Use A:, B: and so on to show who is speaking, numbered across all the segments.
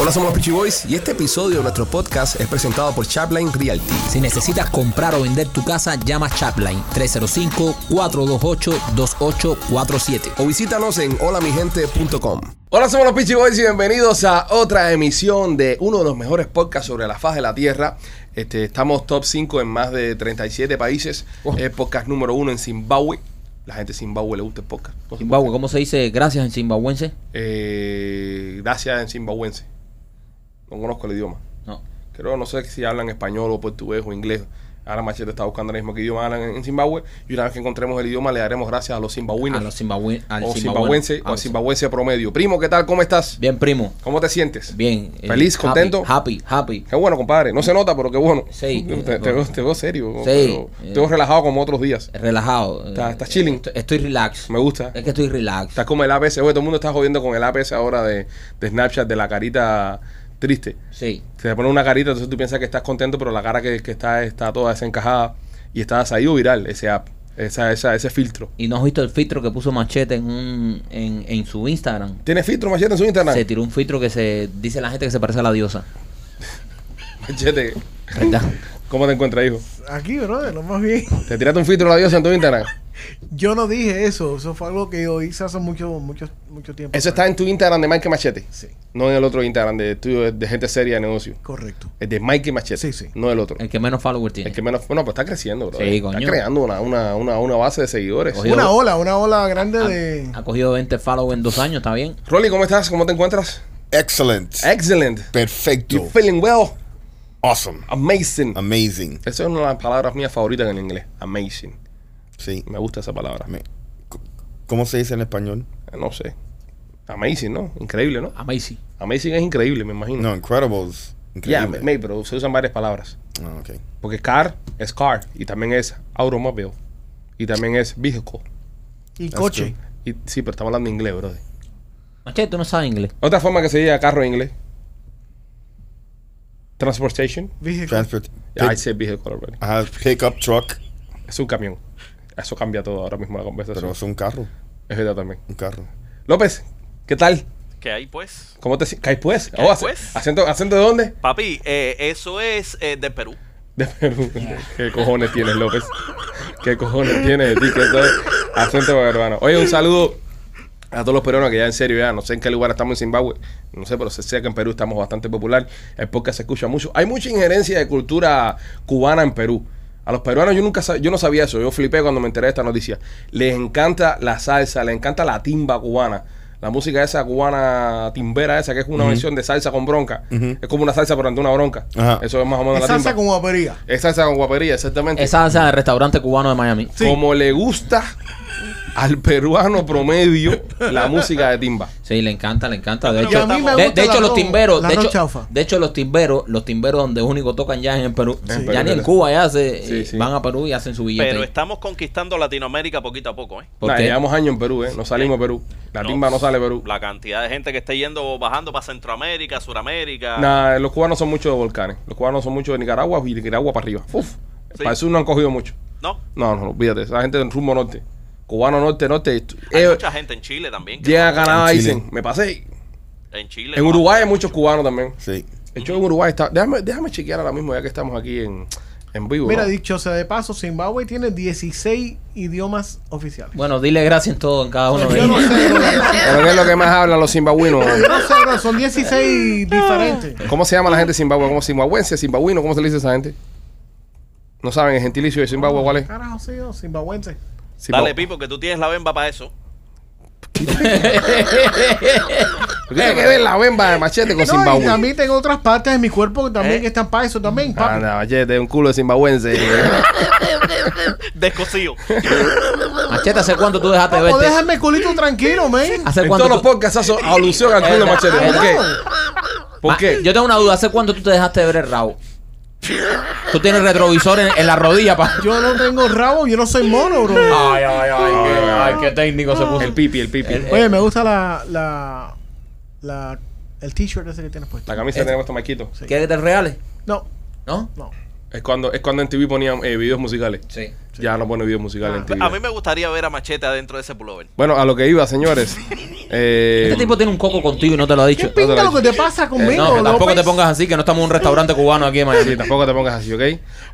A: Hola, somos los Peachy Boys y este episodio de nuestro podcast es presentado por Chapline Realty.
B: Si necesitas comprar o vender tu casa, llama Chapline 305-428-2847.
A: O visítanos en holamigente.com. Hola, somos los Peachy Boys y bienvenidos a otra emisión de uno de los mejores podcasts sobre la faz de la Tierra. Este, estamos top 5 en más de 37 países.
B: Wow.
A: Es podcast número 1 en Zimbabue. La gente de Zimbabue le gusta el podcast. No sé
C: Zimbabue,
A: por
C: ¿cómo se dice gracias en zimbabuense?
A: qué. Eh, gracias en zimbabuense. No conozco el idioma.
C: No.
A: Creo, no sé si hablan español o portugués o inglés. Ahora Machete está buscando ahora mismo qué idioma hablan en en Zimbabue. Y una vez que encontremos el idioma, le daremos gracias a los
C: A
A: zimbabuinos.
C: los zimbabue, al
A: o
C: zimbabueno.
A: zimbabuense
C: A
A: o
C: los-
A: zimbabuense promedio. Primo, ¿qué tal? ¿Cómo estás?
C: Bien, primo.
A: ¿Cómo te sientes?
C: Bien. eh,
A: Feliz,
C: happy,
A: contento.
C: Happy, happy.
A: Qué bueno, compadre. No se nota, pero qué bueno.
C: Sí. eh,
A: Te, te veo, te veo serio.
C: Sí.
A: pero
C: Eh.
A: Te veo relajado como otros días.
C: Relajado.
A: Está-
C: eh,
A: estás chilling.
C: Estoy, estoy relax.
A: Me gusta.
C: Es que estoy relax.
A: Estás como el APS. Oye, todo el mundo está jodiendo con el APS ahora de, de Snapchat, de la carita triste.
C: Sí.
A: Se te pone una carita, entonces tú piensas que estás contento, pero la cara que, que está está toda desencajada y está salido viral ese app, esa, esa, ese filtro.
C: ¿Y no has visto el filtro que puso Machete en, un, en, en su Instagram?
A: ¿Tiene filtro, Machete, en su Instagram?
C: Se tiró un filtro que se dice la gente que se parece a la diosa.
A: Machete,
C: ¿Verdad?
A: ¿cómo te encuentras, hijo?
D: Aquí, brother, lo más bien.
A: ¿Te tiraste un filtro a la diosa en tu Instagram?
D: Yo no dije eso. Eso fue algo que yo hice hace mucho, mucho, mucho tiempo.
A: Eso está en tu Instagram de Mike Machete.
D: Sí,
A: No en el otro Instagram de tuyo, de gente seria de negocio.
D: correcto.
A: El de Mike Machete.
D: Sí, sí.
A: No el otro.
C: El que menos followers tiene.
A: El que menos. Bueno, pues está creciendo, bro.
C: Sí, coño.
A: Está creando una, una, una, una base de seguidores.
C: Cogido.
D: Una ola, una ola grande
A: Ah,
D: de...
C: Ha, ha cogido 20 followers en dos años, ¿está bien?
A: Rolly, ¿cómo estás? ¿Cómo te encuentras?
E: Excellent.
A: Excellent.
E: Perfecto.
A: You feeling well?
E: Awesome.
A: Amazing.
E: Amazing.
A: Esa es una de las palabras mías favoritas en el inglés. Amazing.
E: Sí.
A: Me gusta esa palabra.
E: Me- c- ¿Cómo se dice en español?
A: No sé. Amazing, ¿no? Increíble, ¿no?
C: Amazing.
A: Amazing es increíble, me imagino.
E: No, Incredibles.
A: Ya,
E: Increíble.
A: Mm. me- pero se usan varias palabras.
E: Ah, ok.
A: Porque car es car. Y también es automobile. Y también es vehicle. ah,
D: Y coche.
A: Y, sí, pero estamos hablando inglés, brother.
C: Machete, tú no sabes inglés.
A: Otra forma que se diga carro en inglés. Transportation.
D: Dije,
E: Transport.
A: Ya, I
E: Pick,
A: said vehicle already.
E: ajá, pickup truck.
A: Es un camión. Eso cambia todo ahora mismo la conversación.
E: Pero es un carro.
A: es verdad también.
E: Un carro.
A: López, ¿qué tal?
F: ¿Qué hay pues?
A: ¿Cómo te caes pues?
F: ¿Qué hay,
A: Oh, ac-
F: pues?
A: acento, ¿Acento de dónde?
F: Papi, eh, eso es eh, de Perú.
A: De Perú. ¿Qué cojones tienes, López? ¿Qué cojones tienes de ti? Que eso es acento peruano. Oye, un saludo a todos los peruanos que ya en serio, ya no sé en qué lugar estamos en Zimbabue, no sé, pero se sé que en Perú estamos bastante popular. El podcast se escucha mucho. Hay mucha injerencia de cultura cubana en Perú. A los peruanos yo nunca sab- yo no sabía eso, yo flipé cuando me enteré de esta noticia. Les encanta la salsa, les encanta la timba cubana. La música esa cubana timbera esa que es una versión de salsa con bronca. Es como una salsa pero ante una bronca.
E: Ajá.
A: Eso es más o menos
D: es
A: la
D: salsa
A: timba.
D: con guapería.
A: Es salsa con guapería, exactamente.
C: Esa salsa del restaurante cubano de Miami.
D: Sí.
A: Como le gusta al peruano promedio la música de timba.
C: Sí, le encanta, le encanta. De
F: pero
C: hecho,
F: a mí me
C: de,
D: gusta
C: de hecho
D: la
C: los
D: ro-
C: timberos,
D: la
C: de hecho,
D: rochaufa.
C: de hecho los timberos, los timberos donde único tocan ya es en Perú.
A: En
C: ya
A: Perú,
C: ni en
A: ¿verdad?
C: Cuba ya se eh,
A: Sí, sí.
C: van a Perú y hacen su billete.
F: Pero
C: ahí.
F: estamos conquistando Latinoamérica poquito a poco, ¿eh?
C: ¿Por
A: Nah,
C: qué?
A: llevamos años en Perú, ¿eh? No salimos de Perú. La timba no sale de Perú.
F: La cantidad de gente que está yendo bajando para Centroamérica, Suramérica.
A: Nah, los cubanos son muchos de volcanes. Los cubanos son muchos de Nicaragua y de Nicaragua para arriba. Uf.
F: Sí.
A: Para el sur no han cogido mucho.
F: No.
A: No, no, no, olvídate. Esa gente del rumbo norte. Cubano norte, norte.
F: Hay
A: Ellos
F: mucha gente en Chile también. que
A: llegan a
F: no-
A: Canadá y
E: En Chile.
A: dicen, me pasé.
F: En Chile.
A: En
F: no.
A: Uruguay hay muchos cubanos también.
E: Sí.
A: De hecho, en Uruguay está... Déjame, déjame chequear ahora mismo ya que estamos aquí en, en vivo.
D: Mira,
A: ¿no?
D: dicho sea de paso, Zimbabue tiene 16 idiomas oficiales.
C: Bueno, dile gracias en todo en cada uno de
D: yo no
A: eh.
C: ellos.
D: sé, brother.
A: Pero ¿qué es lo que más hablan los zimbabuinos?
D: Yo no sé, brother, son 16 diferentes.
A: ¿Cómo se llama la gente de Zimbabue? ¿Cómo zimbabuense, zimbabuino? ¿Cómo se le dice a esa gente? No saben el gentilicio de Zimbabue, ¿cuál es?
D: Carajo, sí, yo, zimbabuense.
A: Zimba-
F: Dale, Pipo, que tú tienes la bemba para eso.
A: ¿Qué Tiene que ver la bemba de machete con
D: No, y
A: Zimbabue.
D: también tengo otras partes de mi cuerpo que también que están para eso también,
A: Ah,
D: papi.
A: no, machete, un culo de zimbabuense.
F: Descosido.
C: Machete, ¿hace cuánto tú dejaste de
D: Papo,
A: este-
C: verte?
D: déjame el culito tranquilo, men.
C: ¿Hace
A: en
C: cuánto
A: todos los
C: tú-
A: podcasts hacen alusión al culo de machete. ¿Por qué? ¿Por
C: Ma-
A: qué?
C: Yo tengo una duda, ¿hace cuánto tú te dejaste de ver el rabo? Tú tienes retrovisor en, en la rodilla, pa.
D: Yo no tengo rabo, yo no soy mono, bro.
C: Ay, ay, ay, qué, ay, qué técnico se puso.
A: El pipi, el pipi.
C: Ah. El-
D: Oye, me gusta la. la, la el t-shirt ese que tienes puesto.
A: la camisa que tenemos, Maquito.
C: ¿Quieres que te regale?
D: No,
C: ¿No?
D: no.
A: Es cuando, es cuando en TV ponían eh, videos musicales.
C: Sí. Ah.
A: Ya no pone videos musicales en TV.
F: A mí me gustaría ver a Machete adentro de ese pullover.
A: Bueno, a lo que iba, señores. Eh,
C: Este tipo tiene un coco contigo y no te lo ha dicho.
D: ¿Qué pinta lo que te pasa conmigo,
C: Eh,
D: Pues,
C: no, que tampoco
D: López?
C: te pongas así, que no estamos en un restaurante cubano aquí en
A: Sí,
C: Miami.
A: tampoco te pongas así, ¿ok?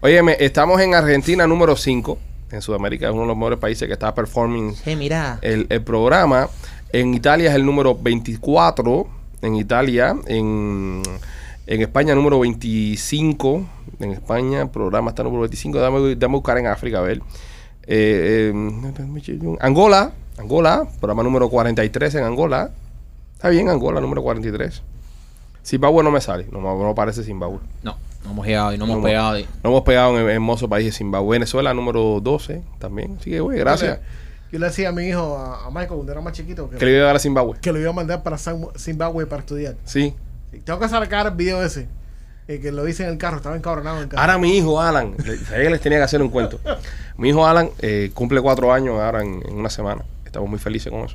A: Óyeme, estamos en Argentina número 5. En Sudamérica es uno de los mejores países que está performing
C: Eh, mira.
A: el, el programa. En Italia es el número 24. En Italia. En, en España, número 25. En España, el programa está número 25. Dame, dame buscar en África, a ver. Eh, eh, Angola. Angola. Programa número 43 en Angola. Está bien, Angola, número 43. Zimbabue no me sale. No, no aparece Zimbabue.
C: No, no hemos llegado y no
A: No
C: hemos
A: hemos-
C: pegado. y-
A: No hemos pegado en el hermoso país de Zimbabue. Venezuela, número 12 también. Así que, güey, gracias.
D: pues, Yo le decía a mi hijo, a, a Michael, cuando era más chiquito, que,
A: Que le voy a dar a Zimbabue.
D: que lo iba a mandar para San- Zimbabue para estudiar.
A: Sí.
D: Sí, Tengo que sacar el video ese. eh, que lo hice en el carro, estaba encabronado en el carro.
A: Ahora mi hijo Alan, le- sabía que les tenía que hacer un cuento. Mi hijo Alan eh, cumple cuatro años ahora en, en una semana. Estamos muy felices con eso.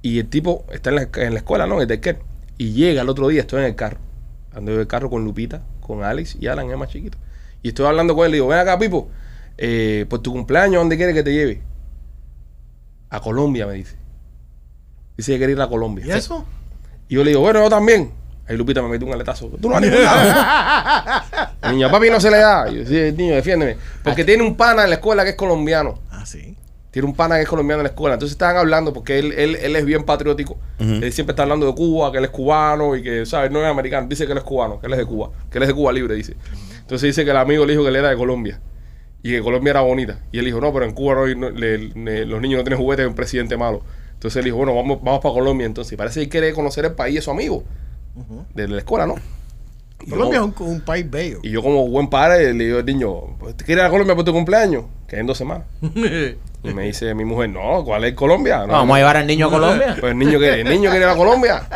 A: Y el tipo está en la, en la escuela, ¿no? En el care. Y llega el otro día, estoy en el carro. Ando en el carro con Lupita, con Alex y Alan es más chiquito. Y estoy hablando con él y digo, ven acá, Pipo, eh, por tu cumpleaños, ¿a ¿dónde quieres que te lleve? A Colombia, me dice. Dice que quiere ir a
C: Ah,
A: Colombia.
D: ¿Y eso?
A: Y yo le digo, bueno, yo también. Ahí Lupita me metió un aletazo. Tú no has ningún lado. Niño, a papi no se le da. Y Yo, sí, niño, defiéndeme. Porque tiene un pana en la escuela que es colombiano.
D: Ah, sí.
A: Tiene un pana que es colombiano en la escuela. Entonces estaban hablando porque él, él, él es bien patriótico. Él siempre está hablando de Cuba, que él es cubano y que, ¿sabes? No es americano. Dice que él es cubano, que él es de Cuba. Que él es de Cuba libre, dice. Entonces dice que el amigo le dijo que él era de Colombia. Y que Colombia era bonita. Y él dijo, no, pero en Cuba no hay- no- le- le- los niños no tienen juguetes, es un presidente malo. Entonces él dijo, bueno, vamos, vamos para Colombia entonces. Y parece que él quiere conocer el país de su amigo. De la escuela, ¿no? Y yo
D: Colombia es
A: como-
D: un, un país bello.
A: y yo como buen padre le digo al niño, "Pues, ¿te quieres ir a Colombia por tu cumpleaños? Que es en dos semanas. y me dice mi mujer, no, ¿cuál es Colombia? No,
C: Vamos a llevar al niño a Colombia.
A: Pues el niño quiere, el niño quiere ir a Colombia.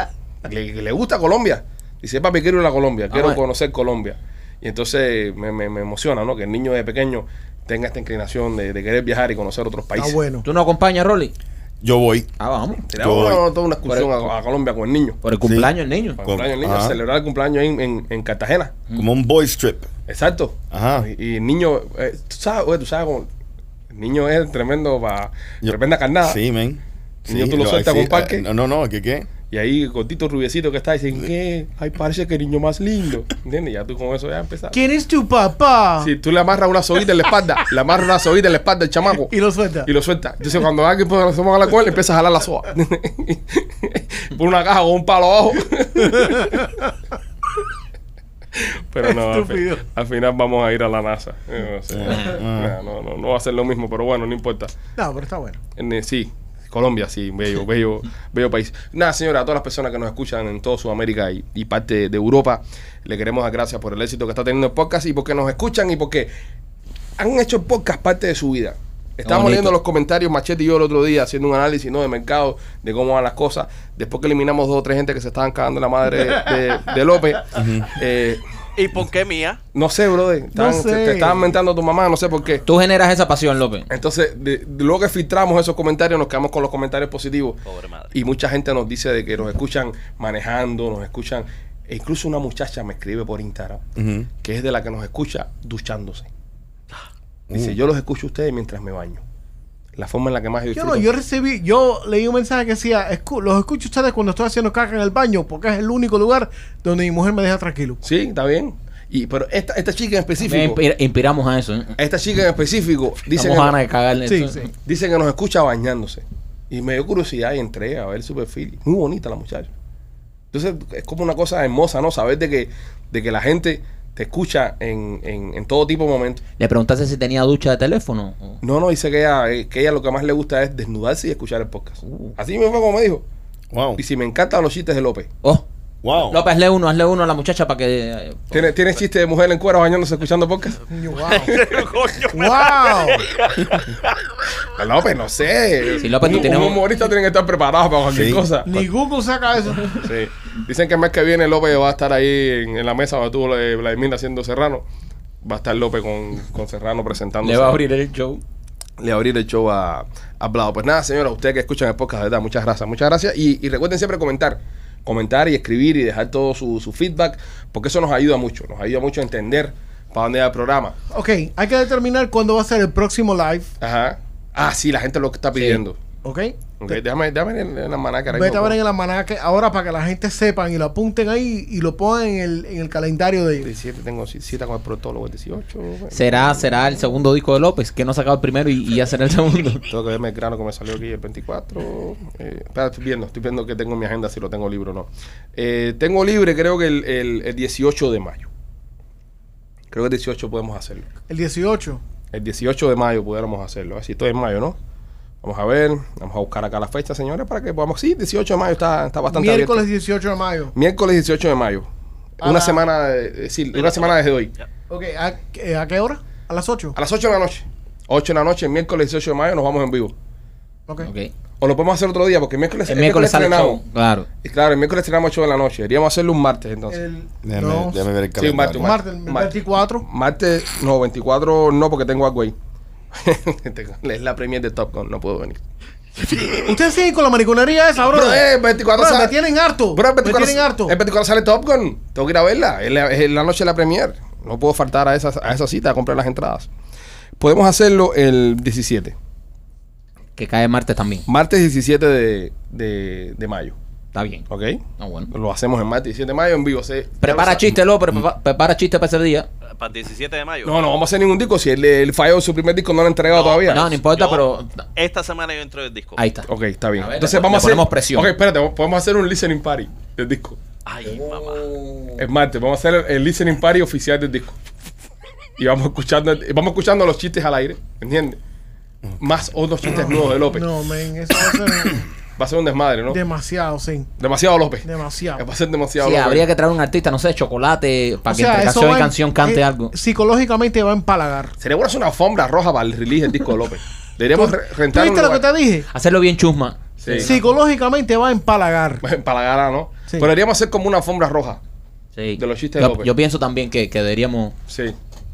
A: Le, le gusta Colombia. Dice, papi, quiero ir a Colombia, quiero
C: Ah, bueno.
A: conocer Colombia. Y entonces me, me- me emociona, ¿no? Que el niño de pequeño tenga esta inclinación de, de querer viajar y conocer otros países.
D: Está bueno.
C: ¿Tú no acompañas, Rolly?
E: Yo voy.
C: Ah, vamos.
A: Sería
E: Yo
A: bueno,
E: voy.
A: toda una excursión a, a Colombia con el niño.
C: Por el cumpleaños del niño.
A: Para el
E: Con-
A: cumpleaños del niño,
E: ajá.
A: celebrar el cumpleaños en, en- en Cartagena.
E: Como un boys trip.
A: Exacto.
E: Ajá.
A: Y, y el niño, eh, tú sabes, oye, tú sabes cómo- el niño es tremendo para
E: Yo-
A: tremenda carnada.
E: Sí, men.
A: Niño, tú lo sueltas con parque.
E: No, no, no, ¿qué qué?
A: Y ahí gordito rubiecito que está, dicen que, ay, parece que niño más lindo. ¿Entiendes? Ya tú con eso ya empezaste.
D: ¿Quién es tu papá?
A: Si tú le amarras una soguita en la espalda, le amarras una soguita en la espalda al chamaco
D: Y lo suelta.
A: y lo sueltas. Entonces, cuando alguien puede asomar a la cuerda, empieza a jalar la soga. Por una caja con un palo abajo. Pero no, al, fi-
D: Estúpido.
A: al final vamos a ir a la NASA. Eh, o sea,
E: Ah.
A: no, no, no va a ser lo mismo, pero bueno, no importa.
D: No, pero está bueno.
A: En, eh, sí, Colombia, sí, bello, bello, bello país. Nada, señora, a todas las personas que nos escuchan en toda Sudamérica y, y parte de Europa, le queremos dar gracias por el éxito que está teniendo el podcast y porque nos escuchan y porque han hecho el podcast parte de su vida. Estamos
C: bonito.
A: leyendo los comentarios, Machete y yo el otro día, haciendo un análisis ¿no? de mercado, de cómo van las cosas. Después que eliminamos dos o tres gente que se estaban cagando en la madre de, de López. eh,
F: ¿Y por qué mía?
A: no sé, brother. Estaban-
D: sé.
A: Te, te estaban mentando a tu mamá, no sé por qué.
C: Tú generas esa pasión, López.
A: Entonces, de- de- luego que filtramos esos comentarios, nos quedamos con los comentarios positivos.
F: Pobre madre.
A: Y mucha gente nos dice de que nos escuchan manejando, nos escuchan. E incluso una muchacha me escribe por Instagram,
E: Ujú.
A: que es de la que nos escucha duchándose.
F: Ah. Mm.
A: Dice, yo los escucho a ustedes mientras me baño. La forma en la que más yo
D: Yo
A: disfruto.
D: no, yo recibí, yo leí un mensaje que decía, "Escu- los escucho ustedes cuando estoy haciendo caca en el baño, porque es el único lugar donde mi mujer me deja tranquilo.
A: Sí, está bien. Y, pero esta, esta chica en
C: Me
A: específico,
C: inspir- inspiramos a eso. ¿eh?
A: esta chica en específico, dice
C: Estamos
A: que-
C: ganas de cagarle.
D: Sí,
C: eso.
D: sí.
A: Dice que nos escucha bañándose. Y me dio curiosidad y entré a ver su perfil. Muy bonita la muchacha. Entonces es como una cosa hermosa, ¿no? Saber de que, de que la gente te escucha en, en, en todo tipo de momentos.
C: Le preguntaste si tenía ducha de teléfono. Oh. o-
A: No, no, dice que ella, eh, que ella lo que más le gusta es desnudarse y escuchar el podcast.
C: Uh.
A: Así mismo fue como me dijo.
E: Wow.
A: Y si me encantan los chistes de López.
C: Oh.
E: Wow.
C: López, hazle uno, hazle uno a la muchacha para que. eh,
A: ¿Tienes, ¿tienes chiste de mujer en cuero bañándose escuchando podcast?
D: Coño, wow.
F: Coño, me-
D: wow.
A: No, López, no sé.
C: Sí, López, tú
A: Un-
C: tienes
A: un
C: un-
A: humorista tienen que estar preparados para cualquier
E: Sí.
A: cosa.
D: Ni Google saca eso.
A: Sí. Dicen que el mes que viene López va a estar ahí en, en la mesa donde tuvo la de Vladimir haciendo Serrano. Va a estar López con, con Serrano presentándose.
C: Le va a abrir el show.
A: Le va a abrir el show a, a Blado. Pues nada, señora, ustedes que escuchan el podcast, de verdad, muchas gracias. Muchas gracias. Y, y recuerden siempre comentar. Comentar y escribir y dejar todo su, su feedback, porque eso nos ayuda mucho. Nos ayuda mucho a entender para dónde va el programa.
D: Ok, hay que determinar cuándo va a ser el próximo live.
A: Ajá. Ah, sí, la gente lo está pidiendo.
D: Ok.
A: Ok,
D: Te-
A: déjame, déjame en el- en la manaca.
D: Vete a ver en el almanaque ahora para que la gente sepan y lo apunten ahí y lo pongan en el, en el calendario de ellos.
A: 17, tengo cita con el protólogo el 18. bueno.
C: ¿Será, será el segundo disco de López, que no ha sacado el primero y, y ya será el segundo.
A: Tengo que verme el grano que me salió aquí el 24. Eh, espera, estoy viendo, estoy viendo que tengo en mi agenda si lo tengo libre o no. Eh, tengo libre, creo que el, el- el 18 de mayo. Creo que el 18 podemos hacerlo.
D: El 18.
A: El 18 de mayo pudiéramos hacerlo. Así estoy en mayo, ¿no? Vamos a ver, vamos a buscar acá la fecha, señores, para que podamos. Sí, 18 de mayo está, está bastante abierto.
D: Miércoles 18 de mayo.
A: Miércoles 18 de mayo.
D: A
A: una
D: la-
A: semana, eh, es decir, una semana desde hoy.
F: Ya.
D: Ok, ¿a, eh, ¿a qué hora? ¿A las 8?
A: A las 8 de la noche. 8 de la noche, miércoles 18 de mayo, nos vamos en vivo.
D: Ok.
C: Ok.
A: O lo podemos hacer otro día, porque miércoles,
C: El miércoles sale el
A: estrenamos.
C: show. Claro.
A: Y claro, el miércoles estrenamos 8 de la noche. Deberíamos hacerlo un martes entonces.
D: El
E: Déjame,
D: dos-
E: déjame ver el
A: Sí, un martes,
E: calendario.
A: un
D: Martes, el
A: Martes.
D: 24.
A: Martes, no, 24 no, porque tengo algo ahí. es la premier de Top Gun, no puedo venir.
D: Ustedes siguen con la mariconería esa, bro.
A: Bro, eh, 24
D: Bro,
A: sale-
D: me tienen harto.
A: Bro, el 24,
D: me tienen harto.
A: el 24 sale Top Gun. Tengo que ir a verla. Es la, es la noche de la premier. No puedo faltar a esa, a esa cita a comprar las entradas. Podemos hacerlo el 17.
C: Que cae martes también.
A: Martes 17 de, de, de mayo.
C: Está bien.
A: ¿Ok? Mm.
C: No, bueno.
A: Lo hacemos el martes 17 de mayo en vivo. se-
C: Prepara
A: ya lo
C: chiste, López. prepa- Prepara chiste para ese día.
F: Para el 17 de mayo.
A: sabe. No, no vamos a hacer ningún disco. Si él, él falló su primer disco, no lo ha entregado
F: No,
A: todavía.
C: No, no importa,
F: Yo-
C: pero.
F: Esta semana yo entro el disco.
C: Ahí está.
A: Ok, está bien.
C: A ver,
A: Entonces
C: le-
A: vamos
C: le
A: a hacer.
C: ponemos presión.
A: Ok, espérate, vamos- podemos hacer un listening party del disco.
F: Ay,
D: Oh.
F: mamá.
A: Es martes, vamos a hacer el listening party oficial del disco. Y vamos escuchando, vamos escuchando los chistes al aire, ¿entiendes? Más otros chistes nuevos de López.
D: No, men, eso va a ser
A: Va a ser un desmadre, ¿no?
D: demasiado, sí.
A: demasiado López.
D: Demasiado.
A: Va a ser demasiado
C: Sí,
A: López.
C: habría que traer un artista, no sé, chocolate, para
D: O
C: que
D: sea,
C: entre
D: eso
C: canción
D: va
C: y
D: en-
C: canción cante
D: eh,
C: algo.
D: Psicológicamente va a empalagar.
A: Sería bueno hacer una alfombra roja para el release del disco de López. Deberíamos re-
D: ¿Tú
A: rentar un
D: viste lo que te
A: lugar.
D: dije?
C: Hacerlo bien chusma.
A: Sí.
D: Psicológicamente va a empalagar.
A: Para la gala, ¿no?
D: Sí.
A: Pero deberíamos hacer como una alfombra roja.
C: Sí.
A: De los chistes de
C: yo,
A: López.
C: yo pienso también que, que deberíamos.
A: Sí.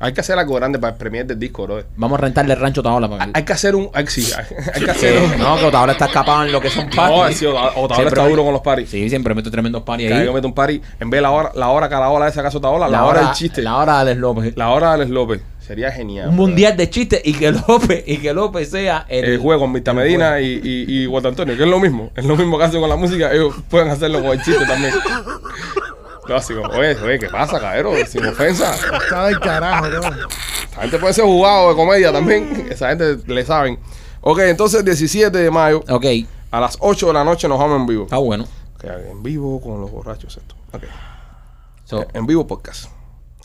A: Hay que hacer algo grande para el premier del disco, bro.
C: Vamos a rentarle el rancho Taola para
A: Hay
C: que.
A: hay que hacer un... Hay, sí, hay, hay que hacer
C: que-
A: un...
C: no, que Otaola está escapado en lo que son
A: No,
C: parties.
A: sí, o, o Taola
C: Siempre
A: está
C: me-
A: duro con los paris.
C: Sí, siempre meto tremendos parties
A: Cada vez
C: ahí.
A: que mete un party, en vez de la hora, la hora cada hora de esa casa otra hora, la, hora del chiste.
C: La
A: La,
C: hora de Alex López.
A: hora de Alex López. Sería genial.
C: un
A: bro.
C: mundial de chistes y que López, y que López sea el,
A: El juego con Mirta Medina y, y, y Guata Antonio, que es lo mismo. Es lo mismo que hacen con la música. Ellos pueden hacerlo con el chiste también. No, así como, oye, oye, ¿qué pasa, cabrón? Sin ofensa.
D: Está del carajo, ¿no?
A: Esa gente puede ser jugado de comedia también. Esa gente le saben. Ok, entonces 17 de mayo
C: Ok,
A: a las 8 de la noche nos vamos en vivo.
C: está bueno.
A: Ok, en vivo con los borrachos esto. Ok.
C: So,
A: En vivo podcast.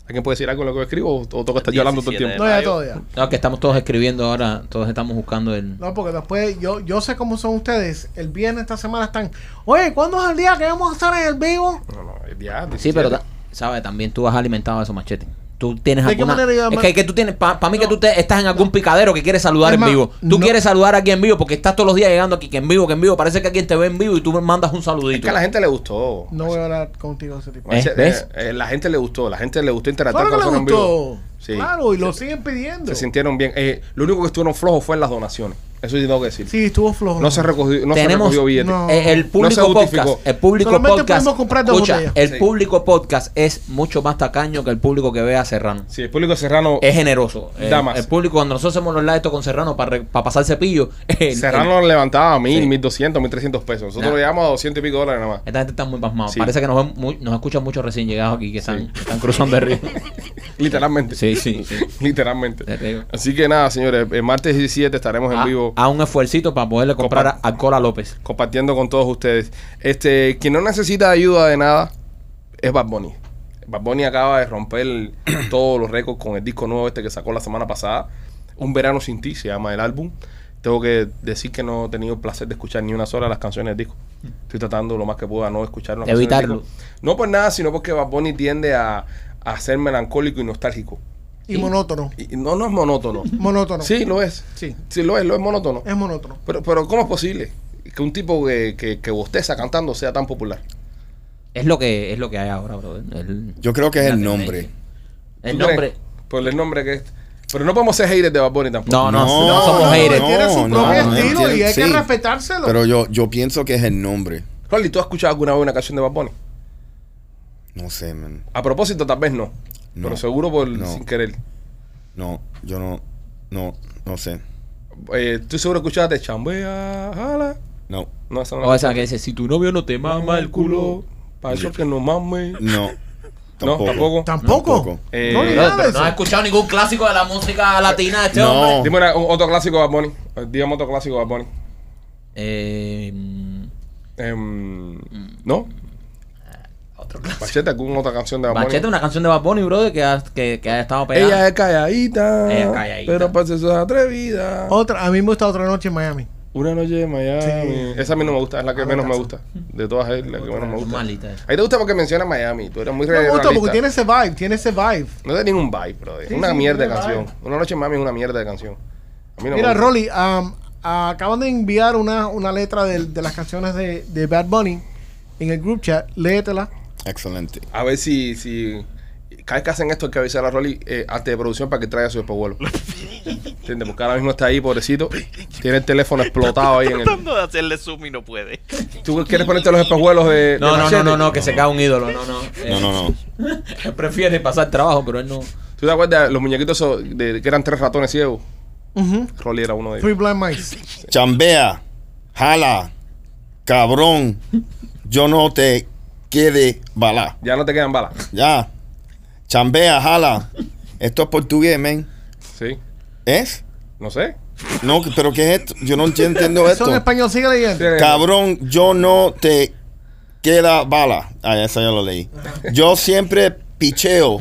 A: ¿Alguien puede decir algo en lo que yo escribo o, o toca estar yo hablando todo el
F: 17
A: tiempo?
F: de
D: No, ya todavía.
C: no, que estamos todos escribiendo ahora, todos estamos buscando el.
D: No, porque después yo, yo sé cómo son ustedes. El viernes esta semana están. Oye, ¿cuándo es el día que vamos a estar en el vivo?
A: No, no, eh, el día
C: Sí,
A: 17.
C: pero, ta- ¿sabes? También tú has alimentado esos machetes. Tú tienes
D: ¿De qué
C: alguna...
D: manera yo
C: es
D: además-
C: que, que tú tienes... Para mí que tú te- estás en algún picadero que quieres saludar
D: Es
C: en
D: más,
C: vivo. Tú
D: no-
C: quieres saludar aquí en vivo porque estás todos los días llegando aquí que en vivo, que en vivo. Parece que alguien te ve en vivo y tú me mandas un
A: Es
C: saludito.
A: que a la gente le gustó.
D: No voy a hablar contigo de ese tipo.
C: ¿Eh?
A: Ese-
C: ¿Ves?
A: eh, eh, la gente le gustó. La gente le gustó interactuar
D: Claro
A: con
D: que le
A: nosotros en vivo.
D: gustó.
A: Sí.
D: Claro, y lo siguen pidiendo.
A: Se sintieron bien. Eh, lo único que estuvieron flojos fue en las donaciones. Eso sí tengo que decir.
D: Sí, estuvo flojo.
A: No se recogió, no se
C: Tenemos-
A: recogió billete.
D: no.
C: Eh, el público
A: No se justificó.
C: podcast, el público
D: Solamente
C: podcast,
D: podemos comprar dos
C: escucha,
D: botellas.
C: el
A: Sí.
C: público podcast es mucho más tacaño que el público que ve a Serrano.
A: Sí, el público serrano.
C: Es generoso. El,
A: Damas.
C: el público cuando nosotros hacemos los live esto con Serrano para re- para pasar cepillo, el-
A: serrano levantaba mil,
C: Sí.
A: mil doscientos, mil trescientos pesos. Nosotros
C: Nah.
A: lo llevamos a doscientos y pico dólares nada más.
C: el- esta gente está muy pasmado.
A: Sí.
C: Parece que nos ven muy- nos escuchan muchos recién llegados aquí que están, están cruzando el río.
A: Literalmente.
C: Sí, sí, sí.
A: Literalmente.
C: Te digo. Ah,
A: Así que nada, señores. El martes 17 estaremos en
C: a,
A: vivo.
C: a un esfuercito para poderle comprar
A: Copa-
C: a- alcohol a López.
A: compartiendo con todos ustedes. Este, quien no necesita ayuda de nada es Bad Bunny. Bad Bunny acaba de romper todos los récords con el disco nuevo este que sacó la semana pasada. Un verano sin ti se llama el álbum. Tengo que decir que no he tenido el placer de escuchar ni una sola de las canciones del disco. Estoy tratando lo más que pueda no escuchar una canción del
C: Evitarlo.
A: disco. No por nada, sino porque Bad Bunny tiende a, a ser melancólico y nostálgico.
D: Y monótono.
A: Y y no, no es monótono.
D: Monótono.
A: Sí, lo es.
D: Sí.
A: Sí, lo es, lo es monótono.
D: Es monótono.
A: Pero, pero ¿cómo es posible que un tipo que, que, que bosteza cantando sea tan popular?
C: Es lo que es lo que hay ahora, bro. El,
E: Yo creo que es
C: la
E: el
C: tendencia.
E: nombre.
C: El
A: ¿Tú
C: nombre.
A: crees? Por el nombre que es. Pero no podemos ser haters de Bad Bunny tampoco.
C: No, no, no,
E: No,
C: somos
E: no,
C: haters.
E: no.
D: tiene su propio estilo
E: no,
D: y
E: tiene-
D: hay que
E: sí.
D: respetárselo.
E: Pero yo, yo pienso que es el nombre.
A: Rolly, ¿tú has escuchado alguna vez una canción de Bad Bunny?
E: No sé, man.
A: A propósito, tal vez no.
E: No.
A: Pero seguro por
E: No.
A: sin querer.
E: No, yo no. No, no sé.
A: Eh, ¿Tú seguro escuchaste chambea, jala?
E: No,
A: No, esa no
C: O esa que dice, si tu novio no te mama el culo.
A: Para eso que no mames.
E: no.
A: No, tampoco.
D: ¿Tampoco?
E: Tampoco.
A: Eh,
D: no, ni
A: Pero
D: nada
C: Brother,
D: de
C: pero no
D: eso.
C: has escuchado ningún clásico de la música latina de este
E: No.
C: hombre.
A: Dime una- un- otro clásico de Bad Bunny. Eh, Dígame otro clásico de Bad Bunny.
C: Eh, mm,
A: Em, ¿No?
C: otro clásico.
A: Machete, alguna otra canción de Bad Bunny.
C: Machete, una canción de Bad Bunny, brother, que ha, que, que ha estado pegada.
A: Ella es calladita.
C: Ella es calladita.
A: Pero para eso es atrevida.
D: Otra, a mí me gusta otra noche en Miami.
A: Una noche en Miami.
D: Sí.
A: Esa a mí no me gusta, es la que
D: Ah,
A: menos me
D: casa.
A: gusta. De todas es la que menos me
C: Es
A: gusta.
C: malita esa.
A: Ahí te gusta porque menciona Miami. Tú eres muy
D: No me gusta porque
A: regionalista.
D: tiene ese vibe, tiene ese vibe.
A: No tiene ningún vibe, brother.
D: Sí,
A: una
D: sí,
A: mierda de
D: tiene
A: canción. Una noche en Miami es una mierda de canción. A mí no me
D: Mira,
A: gusta.
D: Rolly, am, acaban de enviar una, una letra de, de las canciones de, de Bad Bunny en el group chat. Léetela.
E: Excelente.
A: A ver si, si. Cada vez que hacen esto hay que avisar a Rolly eh, antes de producción para que traiga su espobuelo. ¿Entiendes? Porque ahora mismo está ahí, pobrecito. Tiene el teléfono explotado ahí en el.
F: Tratando de hacerle zoom y no puede.
A: ¿Tú quieres ponerte los espejuelos de, de
C: No, no, no,
A: Machete?
C: no, no, que se cae un ídolo. No, no. Eh,
E: No, no, no.
C: Él prefiere pasar trabajo, pero él no.
A: ¿Tú te acuerdas los muñequitos esos de, que eran tres ratones ciegos?
D: Ujú.
A: Rolly era uno de ellos.
D: Free Blind Mice.
E: Chambea, jala, cabrón. Yo no te quede bala.
A: Ya no te quedan balas.
E: Ya. Chambea, jala. Esto es portugués, men.
A: Sí.
E: ¿Es?
A: No sé.
E: No, pero ¿qué es esto? Yo no enti- entiendo
D: Eso en
E: esto.
D: español, sigue leyendo.
E: Cabrón, yo no te queda bala. Ah, esa ya lo leí. Yo siempre picheo,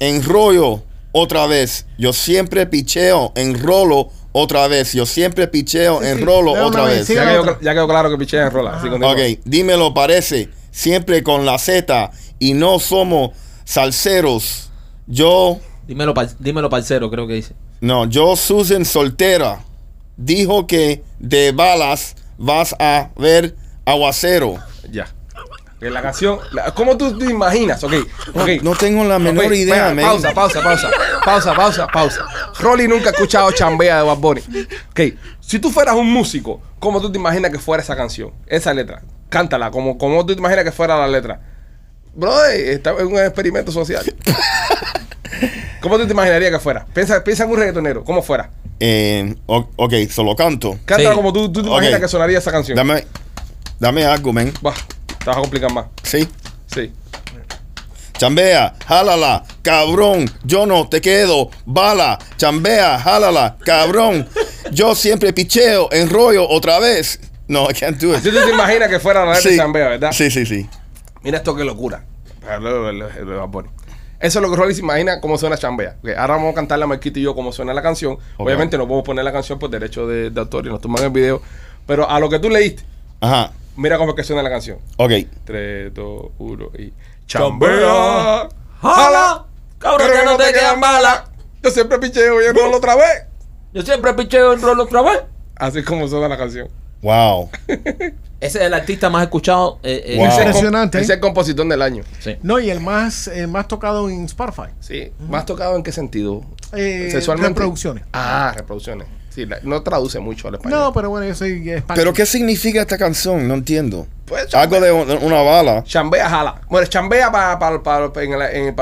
E: enrollo otra vez. Yo siempre picheo, enrolo otra vez. Yo siempre picheo,
D: Sí, sí,
E: enrolo
D: lea una
E: otra
D: vez,
E: vez.
D: siga
A: Ya
D: la
A: quedó,
D: otra.
A: ya quedó claro que piché en rola. Así continúa.
E: Ah. Ok, dímelo parece. Siempre con la Z y no somos salseros. Yo,
C: Dímelo, par- dímelo parcero, creo que dice.
E: no, yo Susan soltera. Dijo que de balas vas a ver aguacero.
A: Ya. Que la canción. la- ¿Cómo tú te imaginas? Ok. ok.
E: No tengo la menor
A: Ok,
E: idea,
A: espera,
E: men.
A: Pausa, pausa, pausa. Pausa, pausa, pausa. Rolly nunca ha escuchado chambea de Bad Bunny. Ok. Si tú fueras un músico, ¿cómo tú te imaginas que fuera esa canción? Esa letra. Cántala. como como tú te imaginas que fuera la letra? Brother, está en un experimento social. ¿Cómo tú te imaginarías que fuera? Piensa, piensa en un reggaetonero. ¿Cómo fuera?
E: Eh, o- ok, solo canto.
A: Cántala
C: Sí.
A: como tú, tú te
E: Ok.
A: imaginas que sonaría esa canción.
E: Dame, dame algo, men.
A: Bah, te vas a complicar más.
E: Sí.
A: Sí.
E: Chambea, jálala, cabrón. Yo no te quedo. Bala, chambea, jálala, cabrón. Yo siempre picheo, enrollo otra vez. No, I can't do
A: Así
E: it.
A: tú te imaginas que fuera la letra de chambea, ¿verdad?
E: Sí, sí, sí.
A: Mira esto qué locura. Para lo- lo- lo- lo Bad Bunny. Eso es lo que Rolly se imagina cómo suena chambea. Ok, ahora vamos a cantar la Marquita y yo cómo suena la canción. Obviamente no podemos poner la canción por derecho de, de autor y nos toman el video. Pero a lo que tú leíste,
E: Ajá.
A: mira cómo es que suena la canción.
E: Ok.
A: 3, 2, 1 y.
C: Chambea.
A: ¡Chambea! ¡Jala!
C: Cabrón, ya no te quedan balas.
A: Yo siempre picheo y enrolo otra vez.
C: Yo siempre picheo en rol otra vez.
A: Así es como suena la canción.
E: Wow.
C: Ese es el artista más escuchado. eh, eh,
A: Ese
E: Wow.
A: es el comp-
D: Impresionante, ¿eh?
A: Ese es el compositor del año.
C: Sí.
D: No, y el más, el más tocado en Spotify.
A: Sí,
D: Mm.
A: más tocado en qué sentido?
D: Eh,
A: Sexualmente.
D: reproducciones.
A: Ah, reproducciones. Sí, la- no traduce mucho al español.
D: No, pero bueno, yo soy
A: Ah,
D: español.
E: Pero ¿qué significa esta canción? No entiendo.
A: Pues,
E: Algo de un- una bala.
A: Chambea jala. Bueno, chambea para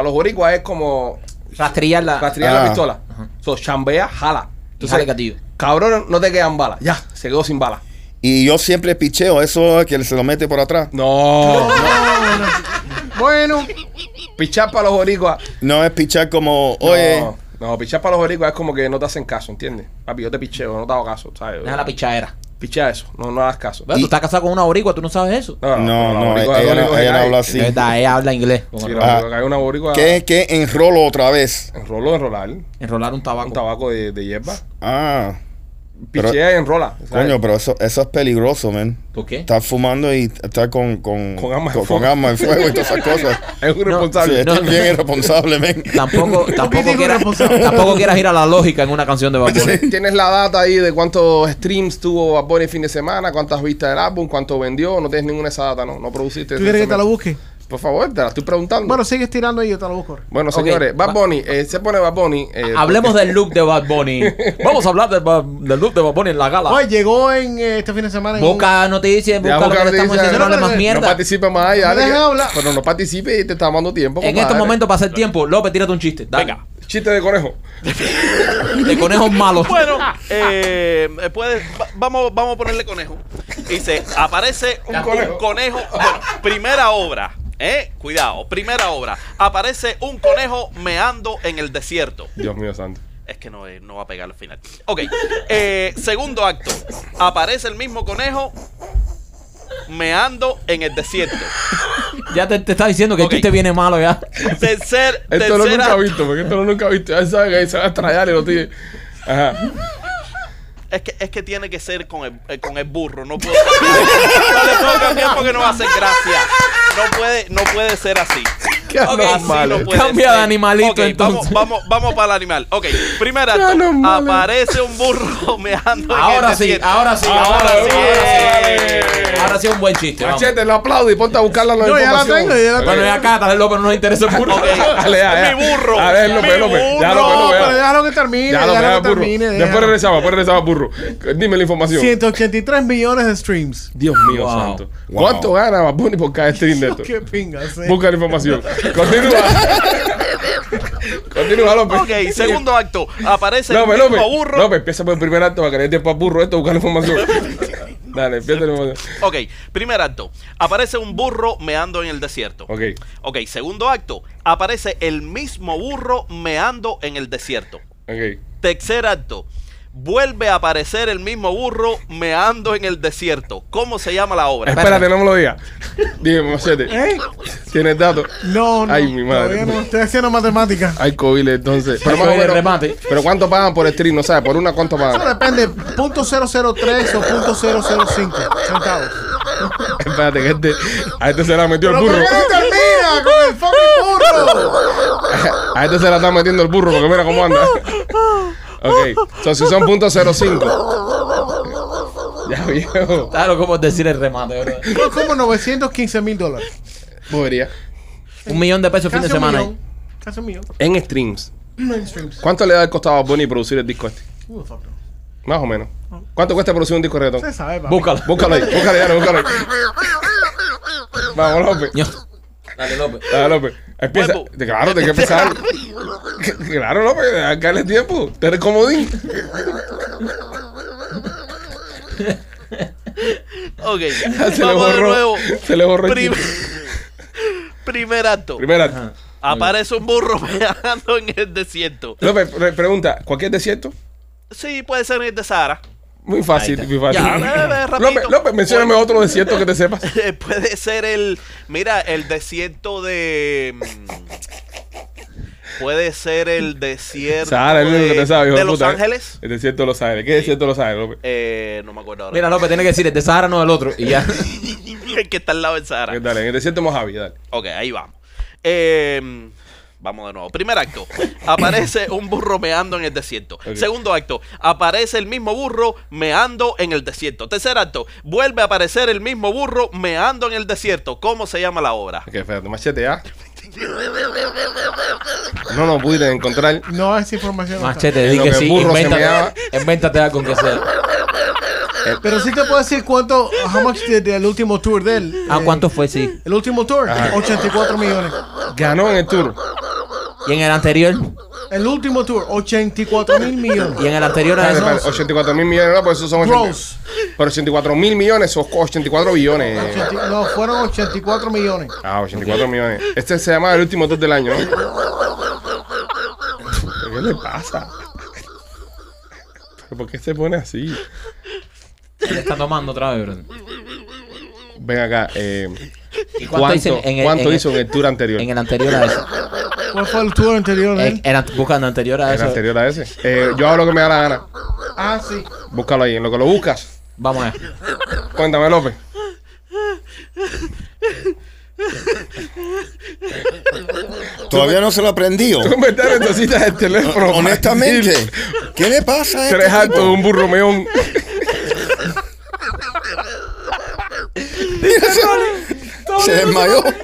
A: los boricuas es como
C: Rastrillar la.
A: rastrear
E: Ah.
A: la pistola. So, chambea jala.
C: jala el gatillo.
A: cabrón, no te quedan balas. Ya, se quedó sin balas.
E: Y yo siempre picheo, eso es que se lo mete por atrás.
A: No.
D: Bueno,
A: pichar para los boricuas.
E: No es pichar como, oye.
A: No, no, pichar para los boricuas es como que no te hacen caso, ¿entiendes? Papi, yo te picheo, no te hago caso, ¿sabes?
C: Deja la pichadera.
A: Pichea eso, no, no hagas caso.
C: Bueno,
E: Y-
C: Tú estás casado con una boricua, tú no sabes eso.
A: No,
E: No,
A: la
E: no,
A: boricua- la
E: ella-
A: boricua
E: ella
A: que hay.
E: habla así. Sí.
C: Es verdad, ella habla inglés.
A: Sí,
C: Enrolar
A: la
E: Ajá.
A: boricua, hay una boricua.
E: ¿Qué, ¿Qué enrolo otra vez?
A: Enroló, enrolar.
C: un tabaco.
A: Un tabaco de, de hierba.
E: Ah, Pero-
A: Pichea y enrola. ¿sabes?
E: coño, pero eso, eso es peligroso, man.
C: ¿Por qué?
E: Estar fumando y estar con, con,
A: Con armas de
E: con- con
A: fuego.
E: armas de fuego y todas esas cosas.
A: Es un
C: No,
E: Sí,
A: responsable.
E: esto
C: no,
E: es
C: no.
E: bien irresponsable, man.
C: Tampoco, tampoco,
D: digo
C: quieras,
D: responsable.
C: tampoco quieras ir a la lógica en una canción de Bad Bunny.
A: Tienes- Tienes la data ahí de cuántos streams tuvo Bad Bunny el fin de semana, cuántas vistas del álbum, cuánto vendió. No tienes ninguna de esa data, no. No produciste.
D: ¿tú quieres que te
A: esa
D: la
A: semana.
D: busque?
A: Por Por favor, te la estoy preguntando.
D: Bueno,
A: Bueno,
D: sigues tirando ahí, yo te lo busco.
C: ok,
A: señores,
C: va- Ah,
A: Bad Bunny, eh, se pone Bad Bunny. eh,
C: Hablemos del look de Bad Bunny. Vamos a hablar del, Ba- del look de Bad Bunny en la gala.
D: Oye, llegó en eh, este fin de semana. en un-
C: Boca
A: Ya,
C: noticias, busca lo
A: Boca
C: que le estamos
A: Noticias,
C: diciendo,
D: no,
C: no le
D: no,
C: más
D: no,
A: No
C: mierda.
A: participa más allá.
D: Me
A: dale,
D: dejan hablar.
A: Pero no participe y te está dando tiempo.
C: En
A: compadre.
C: estos momentos para hacer tiempo, López, tira un chiste. Dale.
F: Venga.
A: Chiste de conejo.
C: De conejos malos.
F: Bueno, eh, eh, puede- va- vamos, vamos a ponerle conejo. Dice, aparece un,
A: conejo.
F: un conejo. Bueno, primera obra. Eh, cuidado, primera obra. Aparece un conejo meando en el desierto.
A: Dios mío santo.
F: Es que no, eh, no va a pegar al final. Ok. eh, segundo acto. Aparece el mismo conejo meando en el desierto.
C: Ya te, te está diciendo que
F: Ok.
C: el chiste viene malo ya.
F: Tercer,
A: Esto lo
F: tercera-
A: nunca he visto, porque esto lo nunca he visto. Ya saben que ahí se va a estrellar y lo tiene. Ajá.
F: Es que, es que tiene que ser con el, eh, con el burro. No puedo cambiar. No le puedo cambiar porque no va a hacer gracia. No puede, no puede ser así.
A: Qué anormal.
F: no
A: esto.
F: puede
C: Cambia de animalito,
F: Ok, vamos-
C: entonces.
F: Vamos, vamos, para el animal. Ok, primer acto.
A: anormal, eh.
F: Aparece un burro meando en
C: Ahora
F: el
C: sí,
F: desierto.
C: ahora sí,
A: Ahora
C: ahora sí.
A: sí.
C: Ahora sí. Ahora sí es un buen chiste. vamos.
A: Machete, lo aplaude y ponte a buscarla en la
D: No, ya la
A: información.
D: tengo, ya la
C: Bueno, ya acá, tal vez López no nos interesa el burro.
F: Ok.
A: Dale, ya, ya.
F: Mi burro.
A: A ver, López,
F: Mi
A: López. Ya,
F: burro.
A: López,
D: No,
A: López.
D: pero déjalo que termine.
A: Ya lo
D: déjalo que
A: burro.
D: termine.
A: Después
D: déjalo.
A: regresaba, después regresaba, burro. Dime la información.
D: 183 millones de streams.
A: Dios mío
C: Wow.
A: santo.
E: Wow.
A: ¿Cuánto gana Bad Bunny por cada stream de esto?
D: Qué pinga, sí.
A: Busca la información. Continúa. Continúa, López.
F: Ok, segundo acto. Aparece
A: López,
F: el mismo
A: López.
F: burro.
A: López, empieza por el primer acto para que le dé tiempo a burro esto, buscar la información. Dale, empieza la información.
F: Ok, primer acto. Aparece un burro meando en el desierto.
A: Ok.
F: Ok, segundo acto. Aparece el mismo burro meando en el desierto.
A: Ok.
F: Tercer acto. Vuelve a aparecer el mismo burro meando en el desierto. ¿Cómo se llama la obra?
A: Espérate, no me lo digas. Dime, machete.
D: ¿Eh?
A: ¿Tienes datos?
D: No, no.
A: Ay, mi madre.
D: todavía no, estoy haciendo matemáticas.
A: Hay COVID entonces. Pero más o
C: COVID,
A: menos-
C: remate.
A: Pero ¿cuánto pagan por stream? No sabes, por una cuánto
D: Eso
A: pagan.
D: depende. Punto .003 o punto .005 centavos.
A: Espérate, que este, a este se la metió el
D: Pero ¿por
A: burro.
D: qué no termina con el fucking burro?
A: A este se la está metiendo el burro porque mira cómo anda. Ok, so, si son punto .05. Ya viejo.
C: Claro, cómo decir el remate, bro.
D: Fue como 915 mil dólares.
A: Povería.
C: Un millón de pesos el Este fin de
D: Casi un
C: semana.
D: millón. Casi un millón.
A: En streams.
D: No en streams.
A: ¿Cuánto le da el costado a Bonnie producir el disco este?
D: Who the fuck knows?
A: Más o menos. ¿Cuánto cuesta producir un disco de
D: Usted
A: reggaetón?
D: sabe, papi.
C: Búscalo.
A: Búscalo ahí, búscalo ahí, búscalo ahí. Vamos, López.
C: Ño. Dale, López.
A: Dale, López. Empieza.
F: Vuelvo.
A: Claro, tienes que empezar. claro, López, acá el tiempo. Te eres comodín.
F: Ok,
A: Ah, Se le
F: vamos de
A: borró-
F: nuevo.
A: se le borró el
F: Prim- Primer acto.
A: Primera.
F: Aparece un burro meando en el desierto.
A: López, pre- pregunta, ¿cualquier desierto?
F: Sí, puede ser en el de Sahara.
A: Muy
C: Ahí
A: fácil,
C: está.
A: muy fácil.
F: Ya, ve, ve, rapidito.
A: López, López, mencióname otro desierto que te sepas.
F: Eh, puede ser el. Mira, el desierto de. mm, Puede ser el desierto.
A: Sahara es el único
F: de,
A: que te sabe, hijo
F: de
A: de
F: Los
A: puta.
F: Ángeles.
A: El desierto de Los Ángeles. ¿Qué desierto de Los Ángeles, López?
F: Eh, no me acuerdo ahora.
C: Mira, López, tiene que decir el de Sahara, no el otro. Y ya.
F: el que está al lado del Sahara.
A: Dale, en el desierto de Mojave, dale.
F: Ok, ahí vamos. Eh, vamos de nuevo. Primer acto. Aparece un burro meando en el desierto.
A: Ok.
F: Segundo acto. Aparece el mismo burro meando en el desierto. Tercer acto. Vuelve a aparecer el mismo burro meando en el desierto. ¿Cómo se llama la obra?
A: Ok, espérate, machete ya. No nos pudiste encontrar.
D: No, esa información. no está.
C: Machete,
A: En
C: di
A: lo
C: que
A: que
C: sí.
A: burro se meaba.
C: Invéntate, invéntate algo que sea.
D: Pero sí te puedo decir cuánto. How much did el último tour de él.
C: ¿A
D: eh,
C: Ah, cuánto fue, sí?
D: El último tour, 84 millones.
A: Ganó en el tour.
C: ¿Y en el anterior?
D: El último tour, 84 mil
C: ¿Y
D: millones.
C: en el anterior a
A: Dale,
C: eso?
A: dale, 84 mil millones, no, por eso son 80.
D: Gross.
A: Ah, Pero 84 mil millones, son 84 billones.
D: 80 no, fueron 84 millones.
A: Ah, 84 millones. Este se llama el último tour del año, ¿no? ¿Qué le pasa? ¿Pero por qué se pone así?
C: Le Está tomando otra vez, bro.
A: Ven acá, eh,
C: ¿Y cuánto,
A: ¿cuánto,
C: hizo en el,
A: cuánto
C: en el-
A: hizo en el tour anterior?
C: en el anterior a eso?
D: ¿Cuál fue el tour anterior de
C: En,
D: él?
C: en an- busca en el anterior a
A: El
C: eso.
A: anterior a ese. Eh, yo hago lo que me da la gana.
C: eh.
D: Ah, sí.
A: Búscalo ahí. En lo que lo buscas,
C: Vamos a
A: cuéntame, López.
E: Todavía no se lo aprendió.
A: Tú me estás en tu cita del teléfono.
E: Honestamente,
A: Martín.
E: ¿qué le pasa a este
A: Tres altos de
E: tipo?
A: un burro meón.
E: Se desmayó.
C: ver.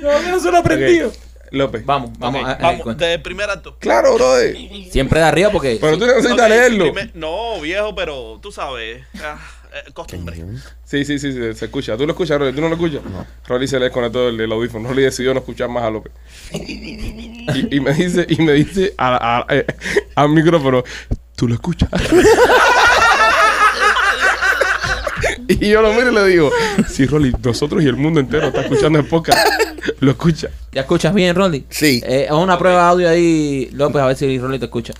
G: Todavía no se lo ha aprendido.
A: Ok, López.
C: Vamos, vamos.
F: Ok,
C: a- a-
A: eh,
F: vamos,
C: cuenta.
F: desde el primer acto.
A: Claro, brother.
C: Siempre de arriba porque...
A: Pero tú necesitas
F: Ok,
A: leerlo.
F: primer- no, viejo, pero tú sabes. ah, eh, costumbre.
A: Sí, sí, sí, sí, se escucha. ¿Tú lo escuchas, Rolly? ¿Tú no lo escuchas? Rolly se le desconectó el, el audífono. Rolly decidió no escuchar más a López. Y, y me dice, y me dice a- a- eh, al micrófono, ¿tú lo escuchas? y yo lo miro y le digo, sí, Rolly, nosotros y el mundo entero está escuchando el podcast. Lo escucha.
C: ¿Ya escuchas bien, Rolly?
E: Sí.
C: Eh, haz una prueba de audio ahí, López, a ver si Rolly te escucha.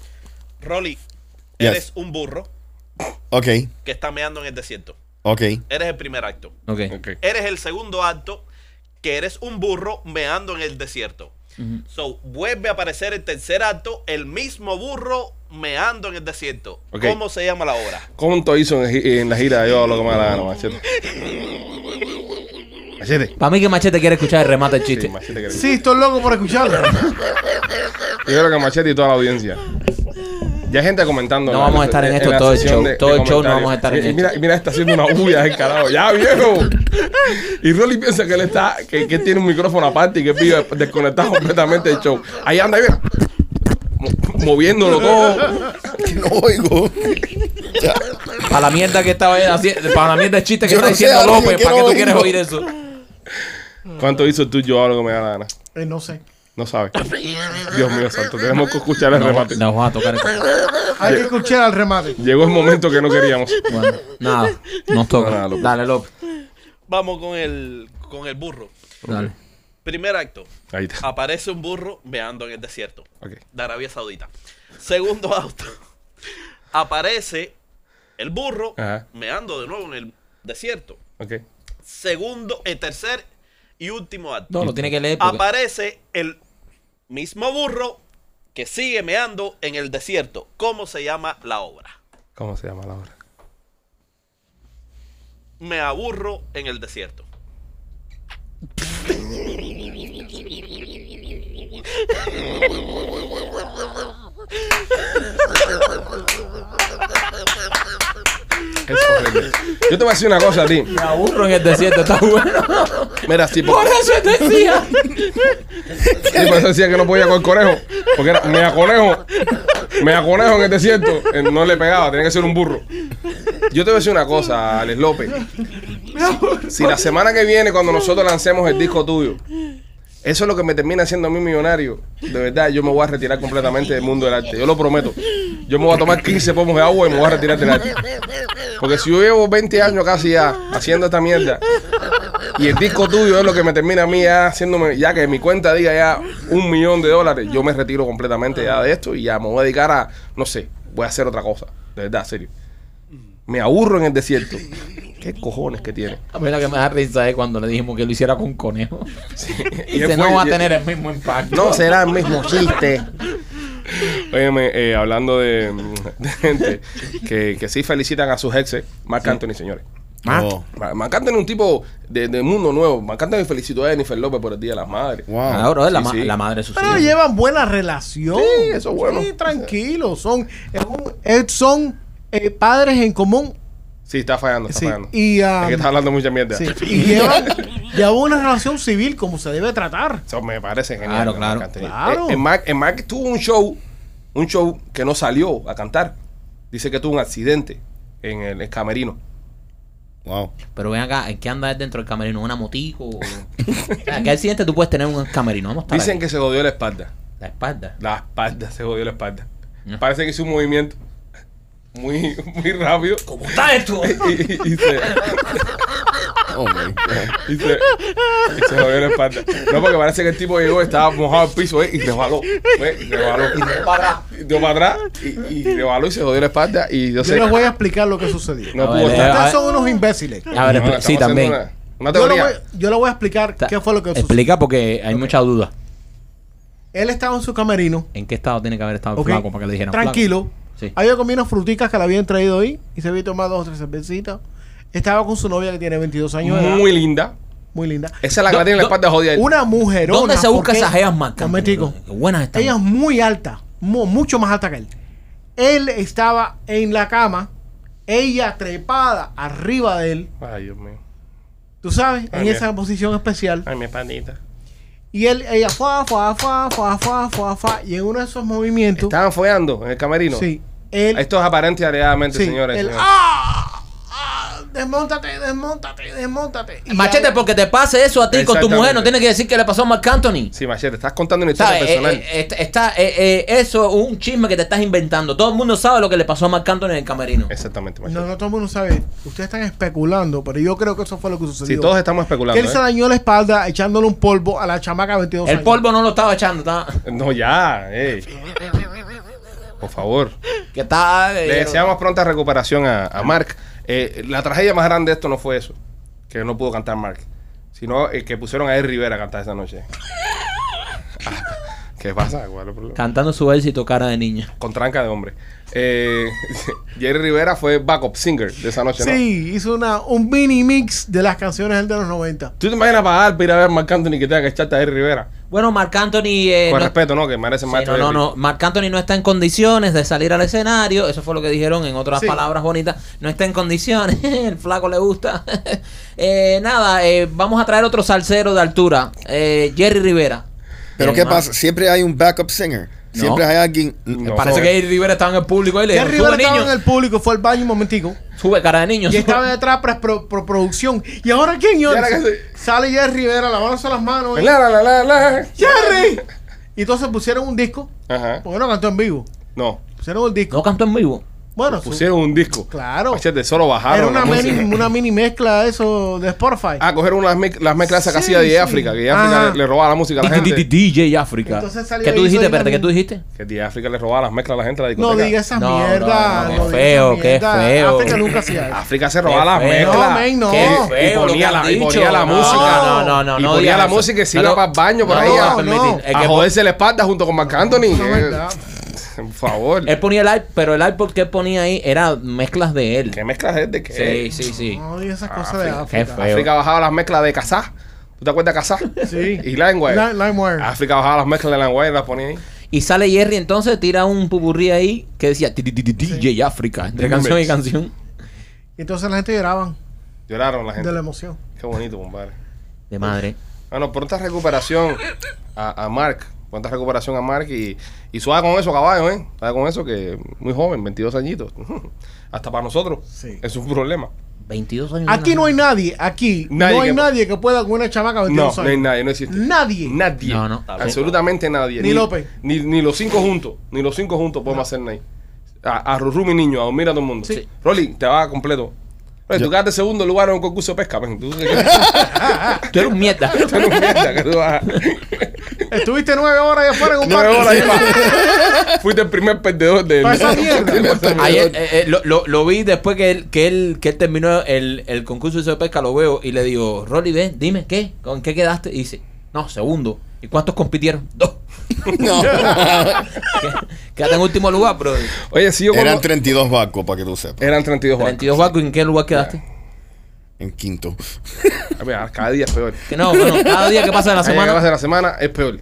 F: Rolly,
E: Yes.
F: eres un burro
E: Ok,
F: que está meando en el desierto.
E: ok.
F: Eres el primer acto.
C: Ok.
A: Ok.
F: Eres el segundo acto que eres un burro meando en el desierto. So, vuelve a aparecer el tercer acto, el mismo burro meando en el desierto.
A: Ok.
F: ¿Cómo se llama la obra?
A: ¿Cuánto hizo en, gi- en la gira? Yo lo que me da la gana, machete. Machete.
C: Para mí que Machete quiere escuchar el remate del chiste.
A: Sí, machete que-
D: Sí, estoy loco por escucharlo.
A: Yo creo que Machete y toda la audiencia. Ya hay gente comentando.
C: No
A: la-
C: vamos a estar en esto
A: la
C: todo el
A: sección
C: show. Todo el show no
A: comentarios.
C: vamos a estar en
A: Y- y
C: esto.
A: Mira, mira, está haciendo una bulla el carajo. ¡Ya, viejo! Y Rolly piensa que él está, que, que él tiene un micrófono aparte y que vive desconectado completamente del show. Ahí anda, ahí mira. Mo- Moviéndolo todo.
E: No oigo. Ya.
C: Para la mierda que estaba haciendo, para la mierda de chiste que
E: Yo
C: está
E: no sé,
C: diciendo
E: ahora yo
C: López, ¿para
E: quiero
C: qué tú quieres
E: oírlo.
C: oír eso?
A: ¿Cuánto hizo tú yo algo que me da la gana?
D: Eh, no sé.
A: No sabes. Dios mío, santo. Tenemos que escuchar el remate.
C: Nos vamos a tocar. el-
D: Hay que escuchar al remate.
A: Llegó el momento que no queríamos.
C: Bueno, nada, nos toca.
A: Nada, López.
C: Dale, López.
F: Vamos con el, con el burro.
C: Dale.
F: Primer acto,
A: Ahí está.
F: aparece un burro meando en el desierto
A: Ok.
F: de Arabia Saudita. Segundo acto, aparece el burro
A: Ajá.
F: meando de nuevo en el desierto.
A: Ok.
F: Segundo, el tercer y último acto.
C: No, lo tiene que leer
G: Ah,
C: porque...
F: aparece el mismo burro que sigue meando en el desierto. ¿Cómo se llama la obra?
A: ¿Cómo se llama la obra?
F: Me aburro en el desierto.
A: Es horrible. Yo te voy a decir una cosa a ti.
C: Me aburro en el desierto, está bueno.
A: Mira, si
C: Por eso te decía.
A: Sí, por eso decía que no podía con conejo. Porque era mea conejo. Mea conejo en el desierto. Eh, No le pegaba, tenía que ser un burro. Yo te voy a decir una cosa, Alex López. Si la semana que viene, cuando nosotros lancemos el disco tuyo, eso es lo que me termina haciendo a mí millonario. De verdad, yo me voy a retirar completamente del mundo del arte. Yo lo prometo. Yo me voy a tomar 15 pomos de agua y me voy a retirar del arte. Porque si yo llevo 20 años casi ya haciendo esta mierda, y el disco tuyo es lo que me termina a mí ya haciéndome, ya que mi cuenta diga ya un millón de dólares, yo me retiro completamente ya de esto y ya me voy a dedicar a, no sé, voy a hacer otra cosa. De verdad, serio. Me aburro en el desierto. ¿Qué cojones que tiene?
C: A mí lo que me da risa es cuando le dijimos que lo hiciera con conejo.
A: Y
C: Dice,
A: él
C: no
A: fue-
C: va a
A: y-
C: tener el mismo impacto.
A: No será el mismo chiste. Óyeme, eh, hablando de, mm, de gente que, que sí felicitan a sus exes, Marc Anthony, señores.
E: Oh,
A: Ma- Marc Anthony es un tipo de, de mundo nuevo. Marc Anthony felicitó a Jennifer López por el Día de las Madres.
E: wow.
C: Ah, bro, es la,
A: Sí,
C: ma-
A: sí. Ah,
C: la madre de sus
D: Pero
C: hijos.
D: llevan buena relación.
A: Sí, eso es bueno.
D: Sí, tranquilo. Son, es un- es- son eh, padres en común.
A: Sí, está fallando, está
D: Sí,
A: fallando.
D: y, ah,
A: es que estás hablando mucha mierda.
D: Sí, Y llevan, llevan una relación civil como se debe tratar.
A: Eso me parece genial.
C: Claro,
A: lo que
C: claro.
A: Marc Anthony-
D: Claro.
A: Eh, eh, Marc- eh, Marc tuvo un show, un show que no salió a cantar. Dice que tuvo un accidente en el, el camerino.
E: Wow.
C: Pero ven acá, ¿en qué anda él dentro del camerino? ¿Una motico? O... o sea, ¿Qué accidente tú puedes tener en un camerino? Vamos a estar
A: Dicen
C: ahí.
A: que se jodió la espalda.
C: La espalda.
A: La espalda, se jodió la espalda.
C: No.
A: Parece que hizo un movimiento muy, muy rápido.
C: ¿Cómo está esto?
A: Y, y- y se,
E: Oh, my God.
A: y se, y se jodió la espalda. No, porque parece que el tipo llegó, estaba mojado el piso eh, y rebaló. eh, y rebaló. Y dio para atrás y, y rebaló y se jodió la espalda. Y yo
D: Yo
A: sé.
D: les voy a explicar lo que sucedió.
A: No
C: A
A: pudo
C: ver,
A: estar.
C: eh,
D: Ustedes son unos imbéciles.
C: A ver,
A: No,
C: espe-
A: estamos
C: ah, sí,
A: haciendo
C: también.
A: Una, una
D: Yo le
A: teoría.
D: voy, yo le voy a explicar
C: Ta-
D: qué fue lo que sucedió.
C: Explica porque hay mucha duda.
D: Él estaba en su camerino.
C: ¿En qué estado tiene que haber estado el
D: ok,
C: flaco para que le dijeran flaco?
D: tranquilo.
C: Sí.
D: Había comido unas fruticas que le habían traído ahí y se había tomado dos o tres cervecitas. Estaba con su novia que tiene 22 años de edad.
A: Muy Este- linda.
D: Muy linda.
A: Esa es la que
C: Do-
A: la tiene en la
C: do-
A: espalda jodida.
D: Una mujer.
C: ¿Dónde se busca esas geas marcas?
D: Momentico.
C: Buenas están.
D: Ella es muy alta, mu- mucho más alta que él. Él estaba en la cama, ella trepada arriba de él,
A: Ay, Dios mío.
D: tú sabes, en
A: Ok.
D: esa posición especial.
A: Ay, mi espaldita.
D: Y él, ella, fa, fa, fa, fa, fa, fa, fa. Y en uno de esos movimientos.
A: Estaban follando en el camerino.
D: Sí. Él,
A: Esto es aparente y alegadamente,
D: sí,
A: señores.
D: él,
A: señores.
D: ¡ah! ¡Ah! Desmóntate, desmóntate, desmóntate. Y
C: Machete,
D: ahí-
C: porque te pase eso a ti con tu
A: Exactamente.
C: mujer, no tiene que decir que le pasó a Marc Anthony.
A: Sí, Machete, estás contando una historia
C: ¿Sabes? Eh,
A: personal.
C: eh, está, está- eh, eh, eso es un chisme que te estás inventando. Todo el mundo sabe lo que le pasó a Marc Anthony en el camerino.
A: Exactamente, Machete.
D: No, no todo el mundo sabe. Ustedes están especulando, pero yo creo que eso fue lo que
A: Sí,
D: sucedió.
A: todos estamos especulando.
D: Que él se
A: ¿eh?
D: dañó la espalda echándole un polvo a la chamaca de 22
C: El
D: años.
C: polvo no lo estaba echando, está-
A: No, ya, ey. Por favor.
C: que está. eh,
A: Le deseamos pronta recuperación a, a Mark. Eh, la tragedia más grande de esto no fue eso, que no pudo cantar Mark, sino el que pusieron a Ed Rivera a cantar esa noche. Ah, ¿Qué pasa? ¿Cuál es el problema?
C: Cantando su éxito cara de niña.
A: Con tranca de hombre. Eh, Jerry Rivera fue backup singer de esa noche, ¿no?
D: Sí, hizo una, un mini mix de las canciones del de los 90.
A: ¿Tú te imaginas pagar para ir a ver a Mark Anthony que tenga que echarte a Ed Rivera?
C: Bueno, Marc Anthony. eh,
A: Con
C: no-
A: respeto, ¿no? Que merece
C: Sí,
A: más.
C: no, no, no. Marc Anthony no está en condiciones de salir al escenario. Eso fue lo que dijeron en otras
D: Sí.
C: palabras bonitas. No está en condiciones. El flaco le gusta. Eh, nada, eh, vamos a traer otro salsero de altura. Eh, Jerry Rivera.
E: Pero
C: Eh,
E: ¿qué
C: ma-
E: pasa? Siempre hay un backup singer.
C: No.
E: Siempre hay alguien.
A: No.
C: Parece que Jerry Rivera estaba en el público y le
D: Ya
C: dijeron,
D: Rivera
C: sube
D: estaba
C: niño.
D: en el público, fue al baño un momentico.
C: Sube cara de niño.
D: Y
C: sube".
D: estaba detrás para pro- pro- producción. ¿Y ahora quién? Y ahora-
A: ahora qué se-
D: Sale Jerry Rivera lavándose las manos. y-
A: La, la, la, la, la.
D: ¡Jerry! Y entonces pusieron un disco.
A: Ajá.
D: Porque no cantó en vivo.
A: No.
D: Pusieron el disco.
C: No cantó en vivo.
D: Bueno, su-
A: Pusieron un disco.
D: Claro.
A: Machete, solo bajaron.
D: era una
A: la
D: mini,
A: música.
D: una mini mezcla de eso de Spotify.
A: Ah, cogieron unas mez- las mezclas esas que
D: Sí,
A: hacía de
D: sí.
A: África, que de
D: Ajá.
A: África le, le robaba la música a la
C: D- D-
A: gente.
C: DJ África.
D: Entonces salió
C: ¿Qué
D: y
C: tú
D: hizo
C: dijiste?
D: ahí la
C: Espérate, ¿qué
D: mi-
C: tú dijiste?
A: Que de África le robaba las mezclas a la gente de la
D: no
A: discoteca.
D: diga esas
C: No, no,
D: mierdas.
C: no,
D: No,
C: qué
D: diga esas
C: feo, qué
D: mierdas.
C: feo.
D: África nunca hacía eso.
A: África se robaba las
C: Qué feo.
A: mezclas.
D: No, men, no.
A: Y-
D: Qué
A: Y
C: feo lo
A: ponía
C: que han
A: la, y
C: dicho.
A: ponía la
C: No,
A: música.
C: No, no, no.
A: Y
C: no
A: ponía
C: digas
A: la
C: eso.
A: música y se
C: No
A: iba
C: lo-
A: para el baño por
C: no
A: ahí
C: lo
A: a-
C: vas a permitir.
D: no.
C: El
A: a
C: que-
A: joderse la espalda junto con Marc Anthony.
D: No,
A: Eh,
D: verdad.
A: Por favor.
C: Él ponía el iPod, pero el iPod que él ponía ahí era mezclas de él.
A: ¿Qué mezclas es de
C: Sí,
A: qué?
C: sí, sí.
D: No diga esas cosas de
C: Qué
D: África.
C: feo.
A: África bajaba las mezclas de Kazá. ¿Tú te acuerdas de Kazá?
D: Sí.
A: Y Langway.
D: Li- LimeWire.
A: África bajaba las mezclas de Langway y las ponía ahí.
C: Y sale Jerry entonces, tira un pupurrí ahí que decía "Ti, ti, ti, ti, DJ África, entre
A: Remix.
C: canción y canción.
D: Y entonces la gente lloraban
A: Lloraron la gente.
D: de la emoción.
A: Qué bonito, compadre.
C: De madre.
A: Bueno, pronta recuperación a, a Mark. Pronta recuperación a Mark y, y suave con eso, caballo, ¿eh? Suave con eso, que muy joven, 22 añitos. Hasta para nosotros
D: Sí.
A: es un problema.
C: 22 años.
D: Aquí no hay nadie, aquí
A: Nadie
D: no hay
A: que-
D: nadie que pueda con una chamaca de
A: No,
D: 22
A: no
D: años.
A: hay nadie, no existe.
D: Nadie.
A: Nadie.
C: No, no.
A: Absolutamente nadie.
D: Ni López.
A: Ni, ni los cinco juntos. Ni los cinco juntos podemos hacer nadie. A, a Rurú, mi niño, a dormir a todo el mundo.
C: Sí.
A: Rolly, te va completo. Rolly, tú quedaste segundo lugar en un concurso de pesca. pues, ven, tú-
C: Tú eres un mierda.
A: tú no mientas, que tú vas-
D: Estuviste nueve horas allá afuera en un
A: Nueve
D: parque.
A: horas ahí pa- Fuiste el primer perdedor de
D: Pa' esa mierda.
C: Ayer eh, eh, lo, lo- lo vi después que él, que él, que él terminó el, el concurso de pesca, lo veo y le digo, Rolly, ven, dime, ¿qué? ¿Con qué quedaste? Y dice, no, segundo. ¿Y cuántos compitieron? Dos.
E: No.
C: Quédate en último lugar, bro.
A: Oye, si yo como-
E: Eran 32 barcos, para que tú sepas.
A: Eran 32 barcos.
C: 32 vacos, ¿en qué lugar quedaste?
E: En quinto.
A: A ver, Cada día es peor.
C: Que no, bueno, cada día que pasa de la
A: Cada día que pasa
C: semana.
A: de la semana es peor.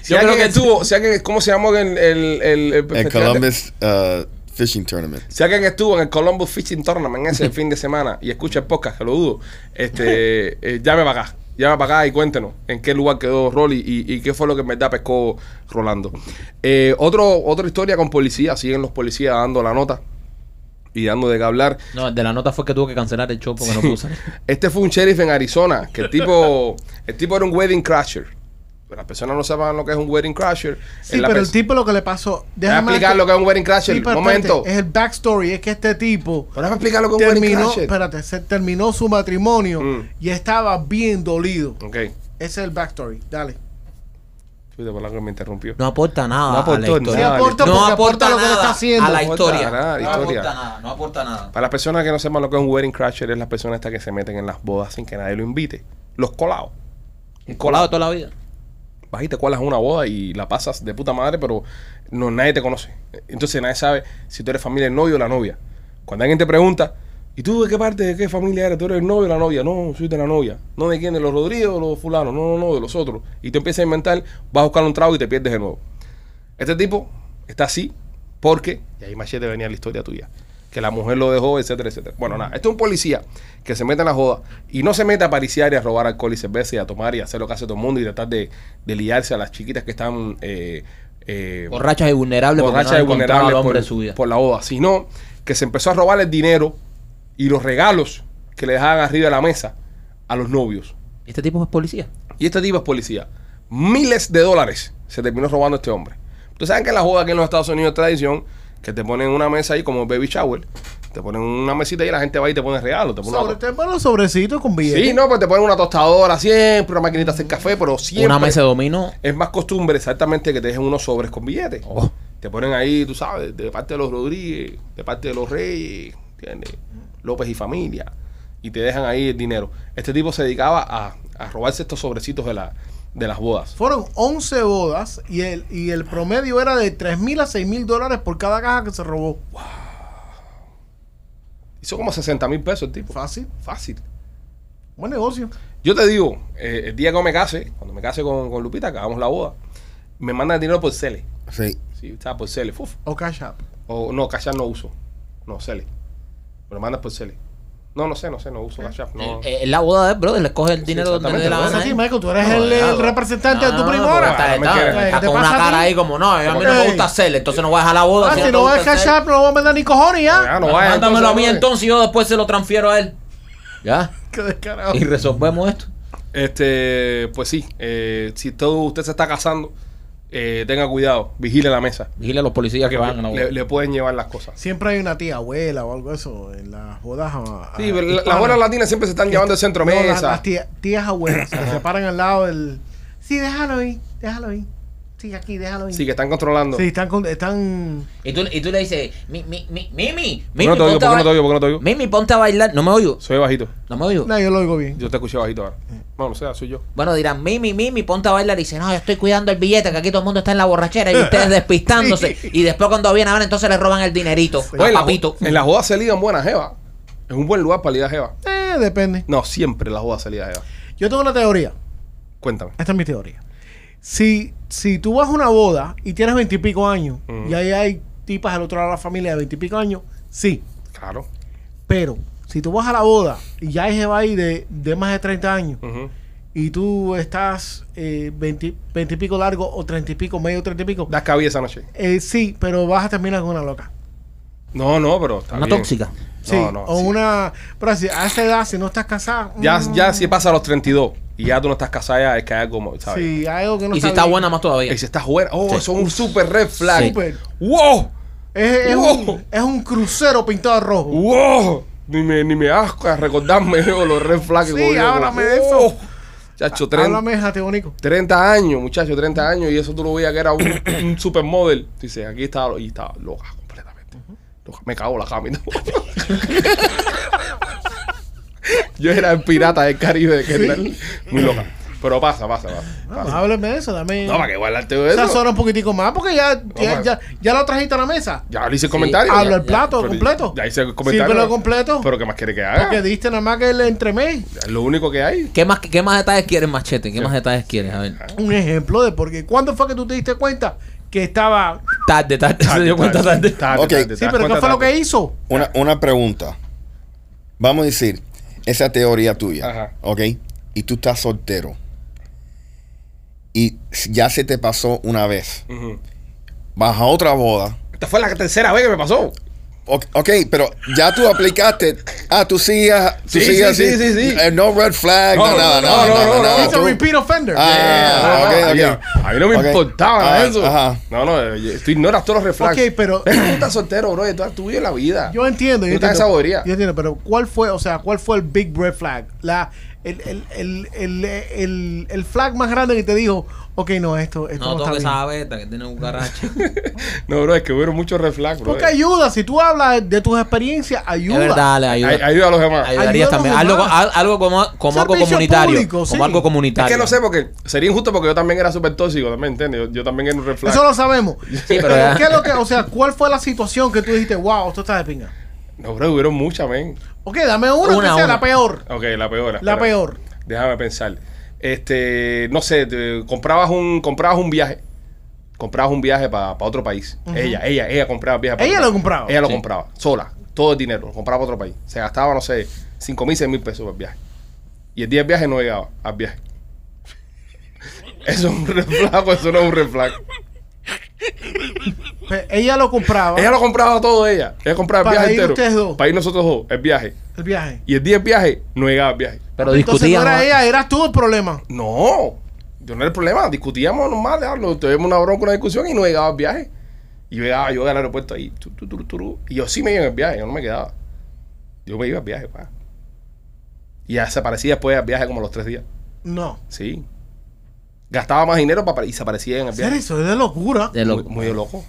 A: Si
C: Yo
A: alguien
C: creo que-
A: estuvo, si alguien, ¿cómo se llamó el, el, el, el
E: El
A: festival de-
E: Columbus uh, Fishing Tournament.
A: Si alguien estuvo en el Columbus Fishing Tournament ese fin de semana y escucha el podcast, que lo dudo, este, eh, llame para acá. Llame para acá y cuéntenos en qué lugar quedó Rolly y, y qué fue lo que en verdad pescó Rolando. Eh, otro, otra historia con policías. Siguen los policías dando la nota y dando de qué hablar.
C: No, el de la nota fue que tuvo que cancelar el show porque no pudo salir.
A: Este fue un sheriff en Arizona, que el tipo, el tipo era un wedding crasher. Pero las personas no saben lo que es un wedding crasher.
D: Sí,
A: Es la
D: pero el
A: pers-
D: tipo lo que le pasó.
A: Déjame explicar lo que es un wedding crasher.
D: Sí, pero espérate,
A: Momento.
D: Es el backstory, es que este tipo
A: Pero déjame explicar lo que es un wedding
D: terminó,
A: crasher.
D: espérate, se terminó su matrimonio
A: Mm.
D: y estaba bien dolido.
A: Ok.
D: Ese es el backstory. Dale.
A: Chuta, por la que me interrumpió.
C: No aporta nada.
A: No aportó
C: a la historia.
A: nada.
D: Sí aporta
C: No aporta,
D: porque aporta lo que le
C: nada
D: está haciendo.
C: a la
A: No aporta
C: historia.
A: nada,
C: no
A: historia.
C: aporta nada, no aporta nada.
A: Para las personas que no sepan lo que es un wedding crasher, es las personas estas que se meten en las bodas sin que nadie lo invite. Los colados.
C: Un colado toda la vida.
A: Vas y te cuelas en una boda y la pasas de puta madre, pero no, nadie te conoce. Entonces nadie sabe si tú eres familia del novio o la novia. Cuando alguien te pregunta, ¿y tú de qué parte, de qué familia eres? ¿Tú eres el novio o la novia? No, soy de la novia. No de quién, de los Rodríguez o los fulanos. No, no, no, de los otros. Y te empiezas a inventar, vas a buscar un trago y te pierdes de nuevo. Este tipo está así porque, y ahí machete venía la historia tuya, que la mujer lo dejó, etcétera, etcétera. Bueno, nada, este es un policía que se mete en la joda y no se mete a pariciar y a robar alcohol y cerveza y a tomar y a hacer lo que hace todo el mundo y tratar de, de liarse a las chiquitas que están... eh, eh,
C: Borrachas y vulnerables porque
A: borracha
C: no
A: y
C: han encontrado
A: vulnerable
C: al hombre
A: por,
C: de su vida.
A: por la boda, sino que se empezó a robar el dinero y los regalos que le dejaban arriba de la mesa a los novios.
C: Este tipo es policía.
A: Y este tipo es policía. Miles de dólares se terminó robando este hombre. Ustedes saben que la joda aquí en los Estados Unidos es tradición que te ponen una mesa ahí como baby shower, te ponen una mesita y la gente va y te pone regalo, te pone una-
D: Sobre te ponen los sobrecitos con billetes.
A: Sí, no, pues te ponen una tostadora siempre, una maquinita de hacer café, pero siempre
C: Una mesa de dominó.
A: es más costumbre exactamente que te dejen unos sobres con billetes.
C: Oh.
A: Te ponen ahí, tú sabes, de parte de los Rodríguez, de parte de los Reyes, ¿entiendes? López y familia. Y te dejan ahí el dinero. Este tipo se dedicaba a, a robarse estos sobrecitos de, la, de las bodas.
D: Fueron 11 bodas y el, y el promedio era de 3 mil a 6 mil dólares por cada caja que se robó.
A: Hizo como 60 mil pesos el tipo.
D: Fácil.
A: Fácil.
D: Buen negocio.
A: Yo te digo, eh, el día que me case, cuando me case con, con Lupita, que hagamos la boda, me mandan el dinero por Cele.
E: Sí.
A: Sí, está por Cele. Fuf.
D: O Cash App.
A: O no, Cash App no uso. No, Cele. Me lo mandas por Cele. No, no sé, no sé, no uso Cash App. No.
C: Eh, eh, la boda de brother, le coge el dinero donde le dé la
A: exactamente,
C: gana.
D: Entonces, sí,
C: ¿eh?
D: Michael, tú eres
C: No,
D: el,
C: ya,
D: el
C: bro.
D: representante de
C: No,
D: tu prima
C: no,
D: ahora.
A: porque
C: Está,
A: Ah, no me
C: está-
A: quiere.
C: está
D: ¿Qué te
C: con una
D: pasa a
C: cara
D: ti?
C: ahí como, no, a mí no
D: Ey.
C: me gusta hacerle, entonces no voy a dejar la boda.
D: Ah, si
C: te
D: no vas a
C: gusta
D: Cash
C: hacerle.
D: App, no vas a mandar ni cojones ya.
A: Ya, no vaya,
C: Ah, Mándamelo a
A: entonces,
C: mí
A: brother.
C: entonces y yo después se lo transfiero a él. Ya.
D: Qué descarado.
C: Y resolvemos esto.
A: Este, pues sí, eh, si todo usted se está casando, eh, tenga cuidado, vigile la mesa.
C: Vigile a los policías que van a la boda.
A: Le, le pueden llevar las cosas.
D: Siempre hay una tía abuela o algo de eso en las bodas. ah,
A: Sí, pero la-
D: hispanas.
A: las horas latinas siempre se están llevando el centro
D: No, las-
A: mesa.
D: las tía- tías abuelas se se paran al lado del. Sí, déjalo ahí, déjalo ahí. Sí, aquí, déjalo ahí.
A: Sí, que están controlando.
D: Sí, están. con- están...
C: Y tú, y tú le dices, "Mi- mi- mi- Mimi,
A: ¿Por qué
C: Mimi,
A: no te oigo?
C: ponte a
A: ¿Por qué no te
C: ba-
A: oigo? ¿Por qué no te oigo?
C: Mimi, ponte a bailar. No me oigo.
A: Soy bajito.
C: No me oigo.
D: No, yo lo oigo bien.
A: Yo te escuché bajito ahora. No, no sé, soy yo.
C: Bueno, dirán, Mimi, Mimi, ponte a bailar. Y dice, no, yo estoy cuidando el billete, que aquí todo el mundo está en la borrachera y ustedes despistándose. Y después cuando vienen ahora, entonces le roban el dinerito.
A: Oye, en
C: a
A: la-
C: papito.
A: en la joda se ligan buenas, Jeva. Es un buen lugar para ligar, Jeva.
D: Eh, depende.
A: No, siempre la joda se liga, Jeva.
D: Yo tengo una teoría.
A: Cuéntame.
D: Esta es mi teoría. Si, si tú vas a una boda y tienes veintipico años
A: Mm.
D: y ahí hay tipas al otro lado de la familia de veintipico años, sí.
A: Claro.
D: Pero si tú vas a la boda y ya hay jeva ahí de, de más de 30 años
A: Ujú.
D: y tú estás eh, 20, 20 y pico largo o 30 y pico, medio 30 y pico,
A: Das cabida esa noche.
D: eh, sí, pero vas a terminar con una loca.
A: No, no, pero está
C: Una
A: bien.
C: tóxica.
D: Sí,
A: no,
D: o
A: sí.
D: una... Pero si a esa edad, si no estás casada...
A: Ya,
D: mm,
A: ya si pasa a los 32 y ya tú no estás casada, ya es que hay algo, ¿sabes?
D: Sí, hay algo que no
C: y si está
D: bien.
C: buena más todavía.
A: Y si estás buena. Oh,
C: Sí.
A: eso es un super red flag.
C: Sí.
D: Súper.
A: ¡Wow!
D: Es, es
A: Wow.
D: un, es un crucero pintado de rojo.
A: ¡Wow! Ni me, ni me asco a recordarme yo, los red flags. que Oh,
D: Sí,
A: cogí.
D: háblame de eso.
A: ¡Wow! Chacho, 30,
D: Háblame, déjate bonito.
A: 30 años, muchacho, 30 años. Y eso tú lo veías que era un, un supermodel. Dices, aquí estaba, y estaba loca completamente. Loca. Me cago en la cama. y todo. yo era el pirata del Caribe de Kendall. Muy loca. Pero pasa, pasa, pasa.
D: Ah, háblame de eso, dame.
A: No, para que igualarte de eso.
D: Sazona un poquitico más porque ya, ya,
A: pa-
D: ya, ya lo trajiste a la mesa.
A: Ya le hice el comentario.
D: Hablo
A: ya-
D: el plato
A: pero
D: completo.
A: Ya hice el comentario.
D: Sírvelo completo.
A: Pero ¿qué más quiere que haga?
D: Porque diste nada más que el entremés.
A: Es lo único que hay.
C: ¿Qué más, ¿Qué más detalles quieres, Machete? ¿Qué más detalles quieres? A ver.
D: Un ejemplo de porque ¿cuándo fue que tú te diste cuenta que estaba.
C: Tarde, tarde. Se dio cuenta tarde.
E: Ok.
A: te
D: Sí,
A: das
D: pero
A: cuenta
D: ¿qué fue lo
A: tarde.
D: que hizo?
E: Una, una pregunta. Vamos a decir, esa teoría tuya,
A: Ajá.
E: ¿ok? Y tú estás soltero. Y ya se te pasó una vez.
A: Ujú.
E: Vas a otra boda.
A: Esta fue la tercera vez que me pasó.
E: Ok, ok, pero ya tú aplicaste. Ah, tú sigues. Tú
A: Sí,
E: sigues
A: sí,
E: así.
A: sí, sí, sí.
E: Eh, no red flag, no,
A: No,
E: nada,
A: no,
E: nada,
A: no,
E: nada,
A: no,
E: nada.
A: no.
D: Hizo
E: Tú-
D: repeat offender.
E: Ah,
A: No, no,
E: ok,
A: a
E: ok.
A: mí- A mí no me
E: Ok.
A: importaba
E: Ah,
A: eso.
E: Ajá.
A: No, no, eh, tú ignoras todos los reflejos.
D: Ok, pero-
A: Tú estás soltero, bro. Tú has tuyo la vida.
D: Yo entiendo. Yo
A: Tú estás
D: entiendo,
A: esa bobería.
D: Yo entiendo, pero ¿cuál fue, o sea, cuál fue el big red flag? La, el, el, el, el, el- el flag más grande que te dijo, ok, no, esto, esto no,
C: No
D: está
C: toques
D: bien.
C: esa beta que tiene un garache.
A: No, bro, es que hubo muchos reflejos, bro.
D: Porque ayuda, si tú hablas de tus experiencias, ayuda.
C: Es verdad, le
A: Ay-
C: ayuda.
A: Ayuda a los demás.
D: Ay,
C: Ayudarías también.
D: Ayuda a los
C: Algo,
D: demás.
C: al- algo como, como algo
D: Servicio
C: comunitario.
D: público, sí.
C: Como algo
A: Es
C: comunitario.
A: que no sé, porque sería injusto porque yo también era súper tóxico, también, ¿entiendes? Yo, yo también era un reflejo.
D: Eso lo sabemos.
C: Sí, pero
D: Pero,
C: ya-
D: ¿qué es lo que, o sea, cuál fue la situación que tú dijiste, wow, esto está de pinga?
A: No, bro, hubieron muchas, men.
D: Ok, dame una,
C: Una,
D: que sea
C: una.
D: la peor.
A: Ok, la peor.
D: La
A: espera.
D: peor.
A: Déjame pensar. Este, no sé, te- comprabas un, comprabas un viaje. Comprabas un viaje para otro país. Ella, ella, ella compraba viajes
D: Ella lo compraba.
A: Ella lo
C: Sí.
A: compraba, sola. todo el dinero, lo compraba para otro país. Se gastaba, no sé, 5 mil, 6 mil pesos por viaje. Y el día del viaje no llegaba al viaje. Eso es un reflaco, eso no es un reflaco.
D: Pe- Ella lo compraba.
A: Ella lo compraba todo ella. Ella compraba el
D: Para
A: viaje
D: ir
A: entero.
D: ustedes dos.
A: Para ir nosotros dos, el viaje.
D: El viaje.
A: Y el día del viaje no llegaba al viaje.
C: Pero
D: Entonces
C: discutían.
D: no
C: ¿no?
D: era ella, eras tú el problema.
A: No, yo no era el problema. Discutíamos normal, hablo, tuvimos una bronca, una discusión y no llegaba al viaje. Y yo llegaba, yo al aeropuerto ahí, tu, tu, tu, tu, tu. y yo sí me iba en el viaje, yo no me quedaba. Yo me iba al viaje, pa. Y ya se aparecía después al viaje como los tres días.
D: No.
A: Sí. Gastaba más dinero para y se aparecía en el
D: Hacer
A: viaje.
D: eso es de locura.
C: De
A: Muy,
C: loco.
A: muy loco.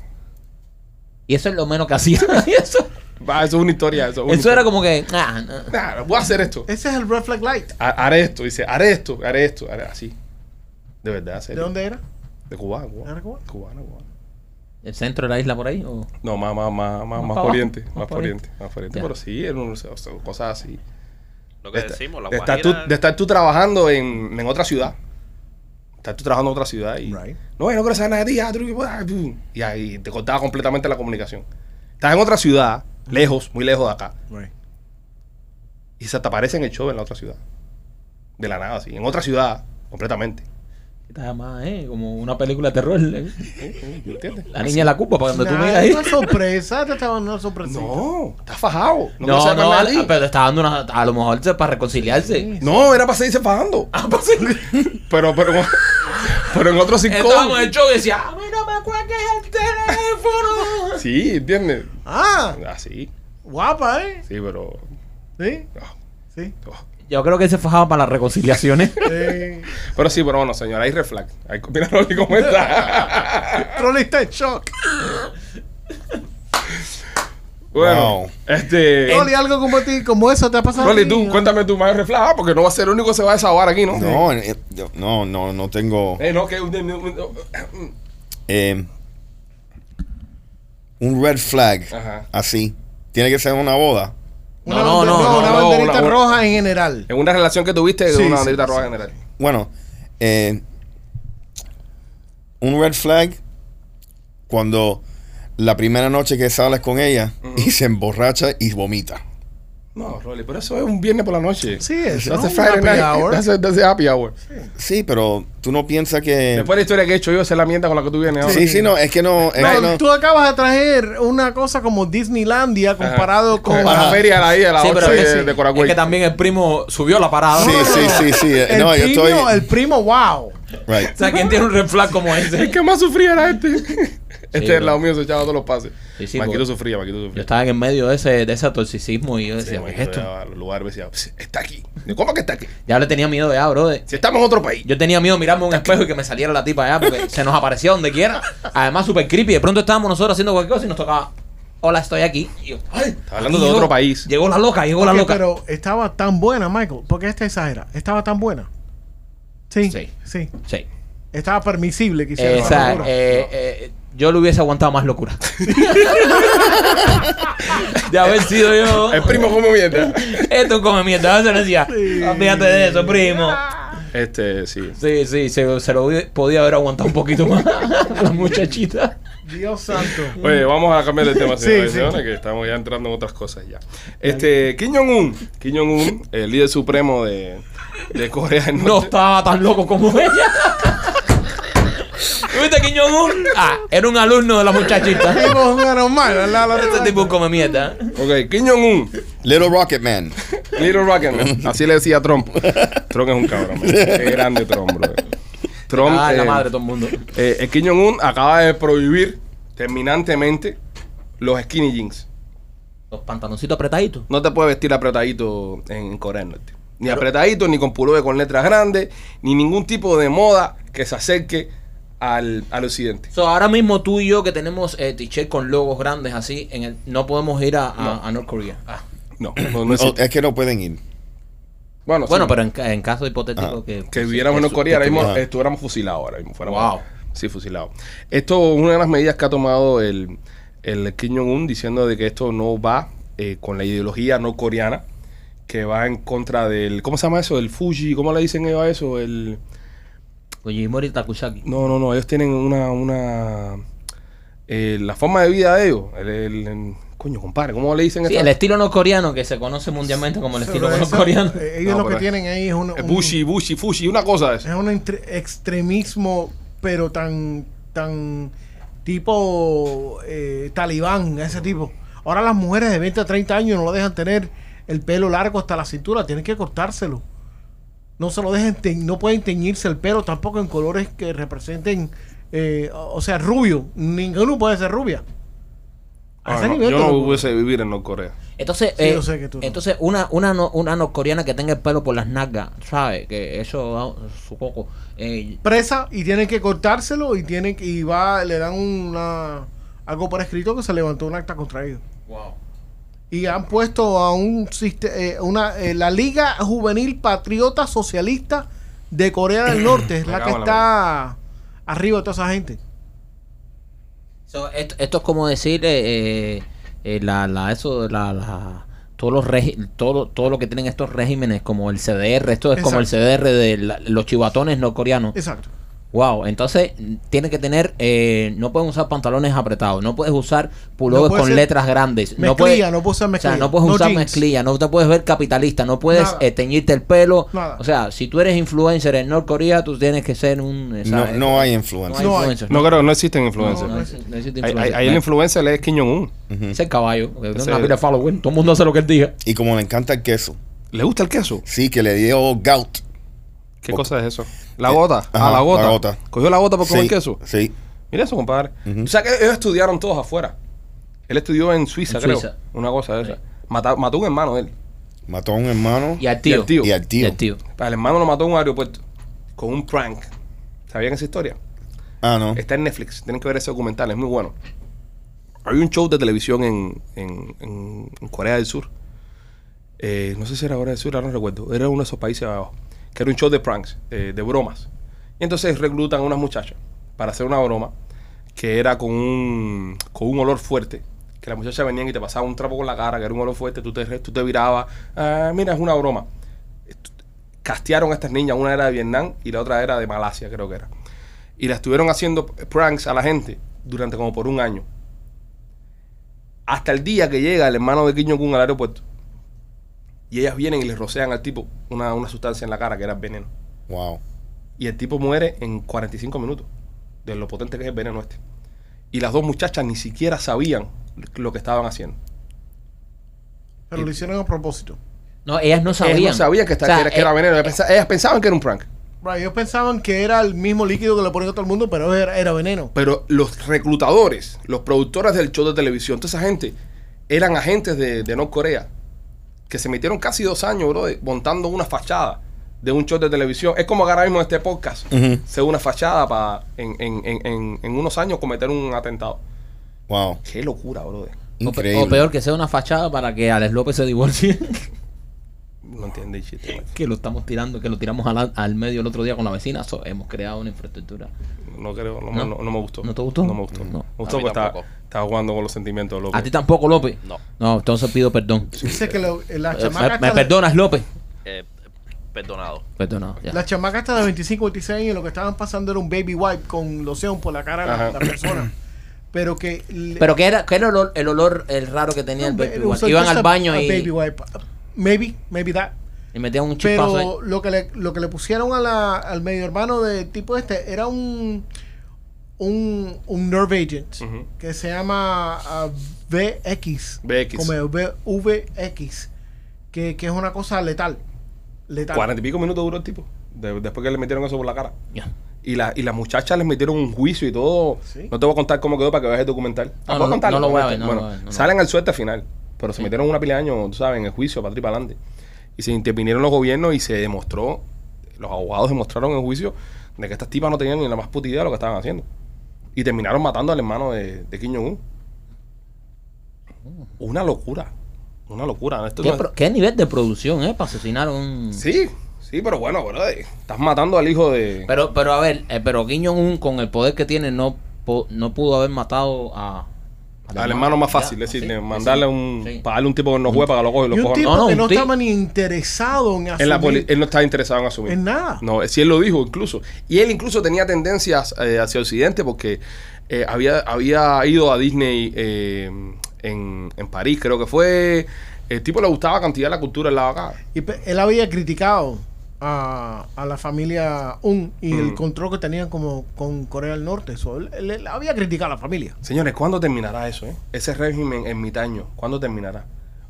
C: Y eso es lo menos que hacía. eso
A: Va, eso es una historia. Eso, es una
C: eso
A: historia.
C: era como que. ah, no.
A: Nah, voy a hacer esto.
D: Ese es el red flag light.
A: Ha- Haré esto, dice, haré esto, haré esto, haré así. De verdad,
D: ¿De
A: serio.
D: dónde era?
A: De Cuba, de Cuba.
D: ¿Era Cuba?
A: Cubana, cubana.
C: ¿El centro de la isla por ahí? o?
A: No, más, más, más, más,
C: Más
A: más
C: pa'
A: por oriente,
C: abajo,
A: más
C: más pa'
A: por oriente, más por oriente.
C: Ya.
A: Pero sí, era un- o sea, cosas así.
F: Lo que
A: De, esta-
F: decimos, la
A: de estar tú,
F: Guajira.
A: de estar tú trabajando en, en otra ciudad. Estar tú trabajando en otra ciudad y.
D: Right.
A: No, yo no quiero saber nada de ti. ah, tú, ah, tú". Y ahí te cortaba completamente la comunicación. Estás en otra ciudad, lejos, muy lejos de acá. Y se te aparece en el show en la otra ciudad. De la nada, así. En otra ciudad, completamente.
C: Está más, ¿eh? Como una película de terror. ¿eh?
A: ¿Me entiendes?
C: La niña de la culpa, para donde tú
D: Nah,
C: miras ahí.
D: Una sorpresa, te estaban dando una sorpresa.
A: No, estás fajado. No, quiero
C: No,
A: saber
C: no,
A: nada
C: a-
A: de ti.
C: pero está dando una. A lo mejor se- para reconciliarse.
A: No, era para seguirse fajando.
C: Ah, pues sí.
A: Pero, pero, pero en otro cinco.
C: Estábamos en el show y decía, a mí no me cuelgues el teléfono.
A: Sí, ¿entiendes?
D: Ah,
A: Ah, sí,
D: guapa, ¿eh?
A: sí, pero.
D: Sí,
A: ah,
D: sí.
A: ah.
C: Yo creo que se fajaba para las reconciliaciones.
D: Eh,
A: Pero sí, pero bueno, señora, hay reflag. Hay que mirar lo que comenta.
D: Rolly está en shock.
A: bueno,
E: Wow.
A: este.
D: Rolly, algo como, ti, como eso te ha pasado. a
A: Rolly,
D: ti?
A: tú, cuéntame tu mayor reflag. Ah, porque no va a ser el único que se va a desahogar aquí, ¿no?
E: No, eh, yo- no, no, no tengo
A: Eh, no, que. un- un- un-
E: eh, un red flag
A: Ajá.
E: así. Tiene que ser una boda.
D: Una
C: No, no,
D: bandera-
C: no, no,
D: una
A: no,
D: banderita
A: una-
D: roja en general.
A: En una relación que tuviste de
D: Sí,
A: una
D: sí,
A: bandita
D: sí.
A: roja general.
E: Bueno, eh, un red flag cuando la primera noche que sales con ella y se emborracha y vomita.
A: No, Rolly, pero eso es un viernes por la noche.
D: Sí, eso.
A: That's a
D: un
A: Friday
D: happy
A: night.
D: hour.
A: That's a- that's a happy hour.
E: Sí, pero tú no piensas que...
A: Después de la historia que he hecho yo, esa es la mierda con la que tú vienes ahora.
E: Sí, sí, no, es que no... es que
D: No,
E: Eh, no-
D: tú acabas de traer una cosa como Disneylandia
A: Ajá.
D: comparado con.
A: Con la feria de ahí, a la
C: Sí,
A: ocho
C: pero
A: de,
C: es que, sí,
A: de
C: es
A: Coragüey.
C: que también el primo subió la parada.
E: Sí,
C: O
E: sí, sí, sí.
D: El,
E: Eh, No, yo
D: primo,
E: estoy...
D: el primo, wow.
E: Right.
C: sea, ¿quién tiene un reflag como
A: El
C: ese?
A: que más sufría era este. Este
C: bro.
A: del lado mío se echaba todos los pases.
C: Sí, sí,
A: Maquito
C: porque-
A: sufría, Maquito
C: Yo
A: sufría.
C: estaba en el medio de ese, de ese toxicismo y yo
A: Sí,
C: decía, ¿qué
A: Maquito
C: es esto?
A: llegaba al lugar y decía, "Ps, está aquí. Yo, ¿Cómo que está aquí?
C: Ya le tenía miedo ya, brother.
A: Si estamos en otro país.
C: Yo tenía miedo de mirarme a un espejo y que me saliera la tipa allá porque se nos aparecía donde quiera. Además, súper creepy. De pronto estábamos nosotros haciendo cualquier cosa y nos tocaba. Hola, estoy aquí. Y yo, ay,
A: hablando
C: aquí
A: de
C: llegó-
A: otro país.
C: Llegó la loca, llegó la
D: Ok,
C: loca.
D: Pero estaba tan buena, Michael. Porque esta exagera. Estaba tan buena. Sí.
C: Sí.
D: Sí.
C: Sí.
D: Estaba permisible que hiciera
C: Eh,
D: la
C: o sea,
D: locura.
C: eh, eh, yo le hubiese aguantado más locura. de haber sido yo.
A: El primo como mierda.
C: Esto come mierda. Eso le decía. "Ah, Fíjate de eso, primo.
A: Este, sí.
C: Sí, sí, se, se lo hubi- podía haber aguantado un poquito más a la muchachita.
D: Dios santo.
A: Oye, vamos a cambiar de tema,
D: Sí,
A: señores,
D: sí.
A: señores, que estamos ya entrando en otras cosas ya. Este, Kim Jong-un, Kim Jong-un, el líder supremo de, de Corea del
C: No
A: Norte.
C: estaba tan loco como ella. ¿Viste Kim Jong-un? Ah, era un alumno de la muchachita.
D: Tipo un anormal, ¿verdad? La-
C: Este tipo come mierda.
A: Ok, Kim Jong-un,
E: Little Rocket Man.
A: Little Rocketman. Así le decía a Trump. Trump es un cabrón, man. Qué grande Trump, bro. Trump,
C: Ah, la
A: eh,
C: madre de todo el mundo.
A: Eh, el Kim Jong-un acaba de prohibir terminantemente los skinny jeans.
C: Los pantaloncitos apretaditos.
A: No te puedes vestir apretadito en Corea del Norte. Ni apretadito, ni con pullover con letras grandes, ni ningún tipo de moda que se acerque al, al occidente.
C: So, ahora mismo tú y yo que tenemos eh, t-shirt con logos grandes así, en el, no podemos ir a, a, a North Korea. Ah.
A: No, no, no
E: O-
A: existe.
E: Oh, es que no pueden ir.
A: Bueno,
C: Bueno,
A: sí,
C: pero en, ca- en caso hipotético
E: Ah.
C: que...
A: que viviéramos en
C: que-
A: Corea, ahora
C: que-
A: mismo
E: Ajá.
A: estuviéramos fusilados ahora mismo. Fuéramos,
C: Wow.
A: Sí, fusilados. Esto es una de las medidas que ha tomado el, el Kim Jong-un diciendo de que esto no va eh, con la ideología norcoreana, que va en contra del... ¿Cómo se llama eso? El Fuji, ¿cómo le dicen ellos a eso? El...
C: Fujimori Takusaki.
A: No, no, no, ellos tienen una... una eh, la forma de vida de ellos, el, el- el- Coño, compadre, ¿cómo le dicen
C: Sí,
A: esta-
C: el estilo norcoreano que se conoce mundialmente como el estilo
D: Pero eso,
C: norcoreano.
D: eh, Ellos
A: No,
D: lo que
A: pero-
D: tienen ahí es un,
A: Eh,
D: un-
A: Bushi, Bushi, Fushi, una cosa de
D: es
A: eso.
D: un entre- extremismo, pero tan, tan tipo eh, talibán, ese tipo. Ahora las mujeres de 20 a 30 años no lo dejan tener el pelo largo hasta la cintura, tienen que cortárselo. No se lo dejen, te- no pueden teñirse el pelo tampoco en colores que representen, eh, o o sea, rubio. Ninguno puede ser rubia. A
A: Ah,
D: ese
A: no,
D: nivel
A: yo
D: te
A: no
D: lo-
A: hubiese vivir en Norcorea.
C: Entonces,
D: Sí,
C: eh,
D: yo sé que tú no.
C: entonces una, una, no- una norcoreana que tenga el pelo por las nalgas, ¿sabes? Que eso da su coco. Eh,
D: presa y tienen que cortárselo y tienen que- y va le dan una algo por escrito que se levantó un acta contra ellos y han puesto a un siste- eh, una eh, la Liga Juvenil Patriota Socialista de Corea del Norte es
A: Me
D: la que
A: cago en la
D: está arriba de toda esa gente
C: so, esto, esto es como decir eh, eh, eh, la, la, eso, la, la- todos los regi- todo, todo lo que tienen estos regímenes como el CDR, esto es como el
D: Exacto.
C: CDR de la- los chivatones norcoreanos.
D: exacto
C: Wow, entonces mm, tiene que tener, eh, no pueden usar pantalones apretados, no puedes usar pullovers
D: puede
C: con
D: ser
C: letras grandes, no puedes,
D: mezclilla, no puedes usar
C: o sea,
D: mezclilla,
C: no puedes
D: no
C: usar
D: jeans.
C: mezclilla, no te puedes ver capitalista, no puedes
D: Nada.
C: eh, teñirte el pelo,
D: Nada.
C: o sea, si tú eres influencer en Norcorea, tú tienes que ser un, eh,
E: No,
C: ¿sabes?
E: no hay
C: No
E: influencia.
C: hay
D: No hay.
C: influencer,
A: No
C: no,
A: creo, no existen
C: no,
A: influencers.
C: no existe- no existe
A: Ahí- Ahí
C: influencer.
A: ahí el influencer es Kim Jong-un.
C: Ese es el caballo, porque tiene
A: Ese-
C: una pila de followers, todo el mundo hace lo que él diga.
E: Y como le encanta el queso.
A: ¿Le gusta el queso?
E: Sí, que le dio gout.
A: ¿Qué
E: Ok.
A: cosa es eso? La gota.
E: Eh, ajá,
A: ah, la gota.
E: la gota.
A: Cogió la gota por comer
E: Sí,
A: queso.
E: Sí.
A: Mira eso, compadre. O sea que ellos estudiaron todos afuera. Él estudió en Suiza,
C: En
A: creo.
C: Suiza.
A: Una cosa de esa.
C: Sí.
A: Mata- mató un hermano de él.
E: Mató a un hermano
C: Y al tío,
A: al tío.
E: y al
C: y
E: tío.
C: al tío.
A: El hermano lo mató en un aeropuerto. Con un prank. ¿Sabían esa historia?
E: Ah, no.
A: Está en Netflix. Tienen que ver ese documental. Es muy bueno. Hay un show de televisión en, en- en- en Corea del Sur. Eh, no sé si era Corea del Sur, ahora no recuerdo. Era uno de esos países abajo. Que era un show de pranks, eh, de bromas. Y entonces reclutan a unas muchachas para hacer una broma que era con un, con un olor fuerte. Que las muchachas venían y te pasaban un trapo con la cara, que era un olor fuerte. Tú te, re- tú te virabas. Ah, mira, es una broma castearon a estas niñas, una era de Vietnam y la otra era de Malasia, creo que era. Y la estuvieron haciendo pranks a la gente durante como por un año. Hasta el día que llega el hermano de Kim Jong-un al aeropuerto. Y ellas vienen y le rocean al tipo una, una sustancia en la cara que era veneno.
E: Wow.
A: Y el tipo muere en 45 minutos de lo potente que es el veneno este. Y las dos muchachas ni siquiera sabían lo que estaban haciendo.
D: pero lo hicieron a propósito
C: No, ellas no sabían.
A: Ellas no sabían que, esta-
C: O sea,
A: que era, que era
C: eh,
A: veneno. Ellas pensa- ellas pensaban que era un prank.
D: Right, ellos pensaban que era el mismo líquido que le ponían a todo el mundo pero era, era veneno
A: Pero los reclutadores, los productores del show de televisión, toda esa gente, eran agentes de, de Corea, que se metieron casi dos años, bro, de- montando una fachada de un show de televisión. Es como que ahora mismo este podcast
E: Ujú.
A: sea una fachada para en, en- en- en- en unos años cometer un atentado.
E: Wow.
A: Qué locura, brother.
C: o pe-
E: Increíble.
C: O peor que sea una fachada para que Alex López se divorcie.
A: No entiende el chiste. macho.
C: que lo estamos tirando, que lo tiramos al, al medio el otro día con la vecina, so- hemos creado una infraestructura.
A: No creo, no, me-
C: No.
A: no- no me gustó.
C: ¿No te gustó?
A: No me gustó.
C: No.
A: Me gustó
F: A mí
A: porque estaba,
F: tampoco.
A: estaba jugando con los sentimientos de López.
C: ¿A ti tampoco, López?
F: No.
C: No, entonces pido perdón.
D: dice que lo- eh, la
C: Eh,
D: chamaca
C: ¿Me, me
D: esta-
C: perdonas, López?
F: Eh, perdonado.
C: Perdonado, ya.
D: Las chamacas hasta de 25, 26 años lo que estaban pasando era un baby wipe con loción por la cara de la,
A: Ajá.
D: la persona. Pero que... le-
C: ¿Pero qué era, qué era el, olor, el olor el raro que tenía el
D: no,
C: baby
D: pero
C: wipe?
D: usó
C: Iban
D: just
C: al
D: a-
C: baño
D: a Baby
C: y,
D: wipe. Maybe, maybe that.
C: y metían un chispazo
D: Pero
C: ahí.
D: lo que, le, lo que le pusieron a la, al medio hermano de tipo este era un... Un, un nerve agent
A: Ujú.
D: que se llama ah, VX.
A: VX.
D: Como el V- VX. Que, que es una cosa letal. Letal.
A: Cuarenta y pico minutos duró el tipo. de- después que le metieron eso por la cara.
C: Ya.
A: Y, la, y las muchachas les metieron un juicio y todo.
D: Sí.
A: No te voy a contar cómo quedó para que veas el documental. Ah,
C: No,
A: ¿puedo
C: no,
A: contarlo?
C: no lo voy a ver,
A: Bueno,
C: no lo
A: bueno,
C: voy a ver, no,
A: salen al suerte final. Pero se metieron una pila de años, tú sabes, en el juicio, para atrás y para adelante. Y se intervinieron los gobiernos y se demostró, los abogados demostraron en el juicio, de que estas tipas no tenían ni la más puta idea de lo que estaban haciendo. Y terminaron matando al hermano de, de Kim Jong-un. Una locura. Una locura. Esto
C: Oh. ¿Qué,
A: no es-
C: pro- qué nivel de producción, eh? Para asesinar a un...
A: Sí, sí, pero bueno, bro, estás matando al hijo de...
C: Pero, pero a ver, eh, pero Kim Jong-un con el poder que tiene no, po- no pudo haber matado a...
A: Al hermano más fácil,
C: Ya,
A: es decir,
C: sí,
A: de
C: sí,
A: mandarle
C: sí.
A: un.
C: Sí.
A: Pagarle un tipo que no juega para que lo coja y lo
D: Y un
A: coja.
D: tipo
A: No,
C: No, no,
D: que
C: un
D: no
C: ti-
D: estaba ni interesado en
A: en la poli-
D: asumir.
A: él no estaba interesado en asumir.
D: En nada.
A: No, si él lo dijo incluso. Y él incluso tenía tendencias eh, hacia Occidente porque eh, había, había ido a Disney eh, en, en París, creo que fue. El tipo le gustaba cantidad la cultura del lado de acá.
D: Y pe- él había criticado a, a la familia Un y el
A: Mm.
D: control que tenían como con Corea del Norte. Eso, él, él- él había criticado a la familia.
A: Señores, ¿cuándo terminará eso? eh? Ese régimen ermitaño, ¿cuándo terminará?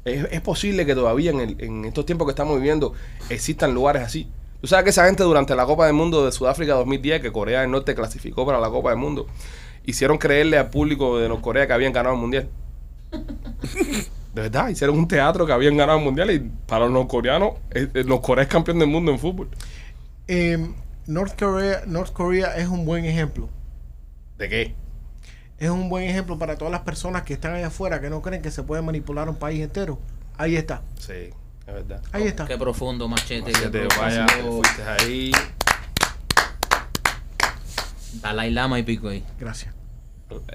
A: ¿Es, es posible que todavía en, el- en estos tiempos que estamos viviendo existan lugares así? Tú sabes que esa gente durante la Copa del Mundo de Sudáfrica 2010, que Corea del Norte clasificó para la Copa del Mundo, hicieron creerle al público de Norcorea que habían ganado el Mundial. De verdad, hicieron un teatro que habían ganado el Mundial y para los norcoreanos, eh, eh, Norcorea es campeón del mundo en fútbol.
D: Eh, North, Korea, North Korea es un buen ejemplo.
A: ¿De qué?
D: Es un buen ejemplo para todas las personas que están allá afuera que no creen que se puede manipular un país entero. Ahí está,
A: Sí, es verdad.
D: ahí está.
G: Qué profundo, machete.
A: Así que te
G: qué
A: vaya, te
G: profundo.
A: fuiste ahí.
G: Dalai Lama y pico ahí.
D: Gracias.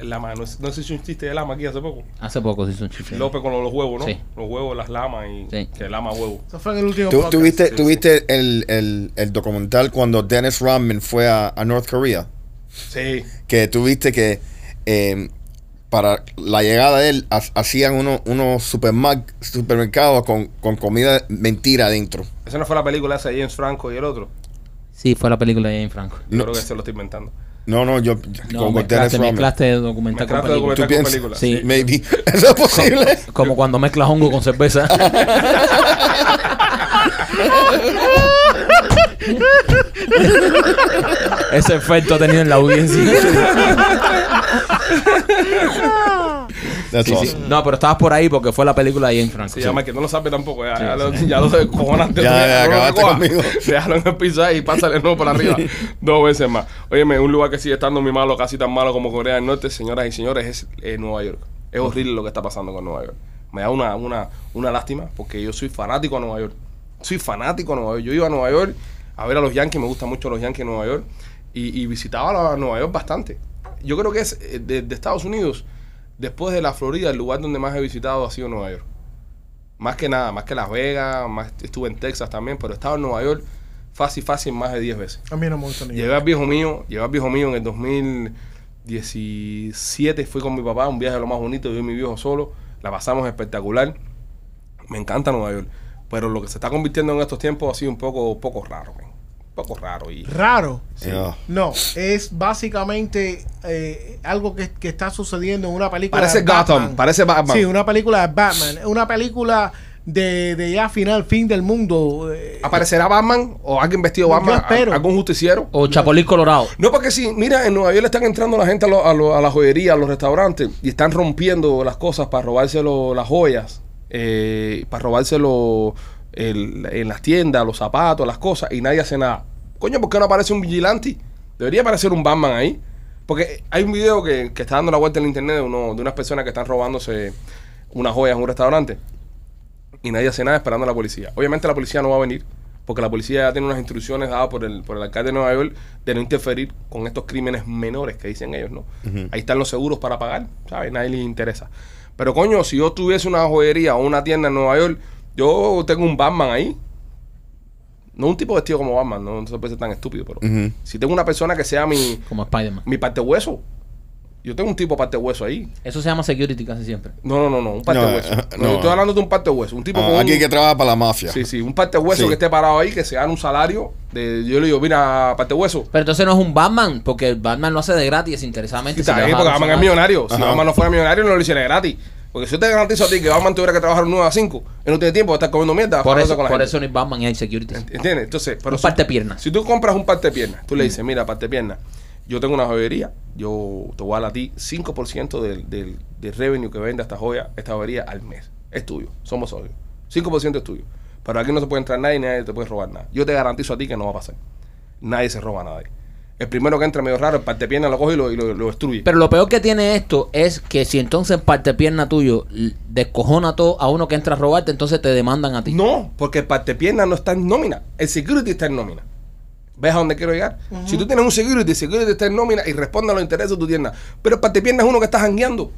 A: Lama, no, no se hizo un chiste de lama aquí hace poco.
G: Hace poco se hizo un chiste.
A: López con los huevos, ¿no?
G: Sí.
A: Los huevos, las lamas y
G: Sí.
A: que lama huevo.
D: Eso fue en el último
E: ¿Tú,
D: podcast.
E: tú viste, tú viste el, el- el documental cuando Dennis Rodman fue a, a North Korea?
A: Sí.
E: Que tuviste que eh, para la llegada de él ha- hacían unos uno supermar- supermercados con, con comida mentira adentro.
A: Esa no fue la película esa de James Franco y el otro.
G: Sí, fue la película de Jane Franco.
A: Yo
E: No.
A: creo que se lo estoy inventando.
E: No, no, yo
G: No,
E: con, con
G: mezclaste,
E: Dennis Rodman.
G: mezclaste documental con
A: Mezclaste
G: película.
A: documental
E: ¿Tú
A: con
E: piensas?
A: película.
G: Sí.
E: Maybe. ¿Eso es posible?
G: Como cuando mezclas hongo con cerveza. Ese efecto ha tenido en la audiencia.
E: That's
G: Sí, sí.
E: awesome.
G: No, pero estabas por ahí porque fue la película de Jane Franco.
A: Sí, llama que no lo sabe tampoco. Ya, ya lo, ya lo descojonaste.
E: Ya,
A: tú,
E: ya,
A: no lo
E: acabaste
A: recojas.
E: conmigo.
A: Déjalo en el piso ahí y pásale el nuevo para arriba. Dos veces más. Óyeme, un lugar que sigue estando muy malo, casi tan malo como Corea del Norte, señoras y señores, es eh, Nueva York. Es horrible lo que está pasando con Nueva York. Me da una, una, una lástima porque yo soy fanático a Nueva York. Soy fanático a Nueva York. Yo iba a Nueva York a ver a los Yankees, me gustan mucho los Yankees de Nueva York. Y, y visitaba a Nueva York bastante. Yo creo que es eh, de- de Estados Unidos, después de la Florida, el lugar donde más he visitado ha sido Nueva York. Más que nada, más que Las Vegas, más estuve en Texas también, pero he estado en Nueva York fácil, fácil, más de 10 veces.
D: A mí no me gusta ni
A: Llevé al viejo mío, llevé al viejo mío en el 2017, fui con mi papá, un viaje lo más bonito, yo y mi viejo solo, la pasamos espectacular. Me encanta Nueva York, pero lo que se está convirtiendo en estos tiempos ha sido un poco, poco raro, man. un poco raro. Y,
D: Raro.
E: Yeah.
D: No, es básicamente eh, algo que, que está sucediendo en una película.
A: Parece
D: de
A: Gotham, parece Batman.
D: Sí, una película de Batman. Una película de, de ya final, fin del mundo. eh,
A: ¿Aparecerá Batman o alguien vestido de
D: Yo
A: Batman?
D: espero.
A: ¿Algún justiciero?
G: O Chapolín Colorado.
A: No, porque sí, mira, en Nueva York le están entrando la gente a, lo- a lo- a la joyería, a los restaurantes, y están rompiendo las cosas para robarse lo- las joyas, eh, para robarse lo- el- en las tiendas, los zapatos, las cosas, y nadie hace nada. Coño, ¿por qué no aparece un vigilante? Debería aparecer un Batman ahí. Porque hay un video que, que está dando la vuelta en el internet de, uno, de unas personas que están robándose unas joyas en un restaurante y nadie hace nada esperando a la policía. Obviamente la policía no va a venir porque la policía ya tiene unas instrucciones dadas por el, por el alcalde de Nueva York de no interferir con estos crímenes menores que dicen ellos, ¿no? Ahí están los seguros para pagar, ¿sabes? Nadie les interesa. Pero coño, si yo tuviese una joyería o una tienda en Nueva York, yo tengo un Batman ahí. No un tipo vestido como Batman, no, no se puede ser tan estúpido, pero
E: Ujú.
A: si tengo una persona que sea mi,
G: Como Spider-Man.
A: mi parte hueso, yo tengo un tipo parte hueso ahí.
G: Eso se llama security casi siempre.
A: No, no, no, no, un parte
E: No,
A: hueso.
E: eh,
A: No,
E: no.
A: estoy hablando de un parte hueso, un tipo
E: Ah,
A: con un-
E: alguien que trabaja para la mafia.
A: Sí, sí, un parte hueso
E: Sí.
A: que esté parado ahí, que se gane un salario. De, yo le digo, mira, parte hueso.
G: Pero entonces no es un Batman, porque el Batman lo hace de gratis, desinteresadamente.
A: Está
G: si le vas a
A: bien, porque
G: dar
A: Batman
G: un
A: es millonario. Si
E: Ajá.
A: Batman no fuera millonario, no lo hiciera gratis. Porque si yo te garantizo a ti que Batman tuviera que trabajar un 9 a 5 y no tiene tiempo de estar comiendo mierda,
G: Por
A: jodiendo
G: eso,
A: con la
G: por
A: gente.
G: eso no es Batman y hay security.
A: ¿Entiendes? Entonces, pero
G: Un parte pierna.
A: Si tú compras un parte pierna, tú le dices, mira, parte pierna, yo tengo una joyería, yo te voy a dar a ti 5% del, del, del revenue que vende esta joya, esta joyería al mes. Es tuyo, somos socios. 5% es tuyo. Pero aquí no se puede entrar nadie, nadie te puede robar nada. Yo te garantizo a ti que no va a pasar. Nadie se roba a nadie. El primero que entra medio raro, el parte pierna lo coge y lo, y lo, lo destruye.
G: Pero lo peor que tiene esto es que si entonces parte pierna tuyo l- descojona todo a uno que entra a robarte, entonces te demandan a ti.
A: No, porque el partepierna no está en nómina. El security está en nómina. ¿Ves a dónde quiero llegar? Si tú tienes un security, el security está en nómina y responde a los intereses de tu tienda. Pero el partepierna es uno que está jangueando.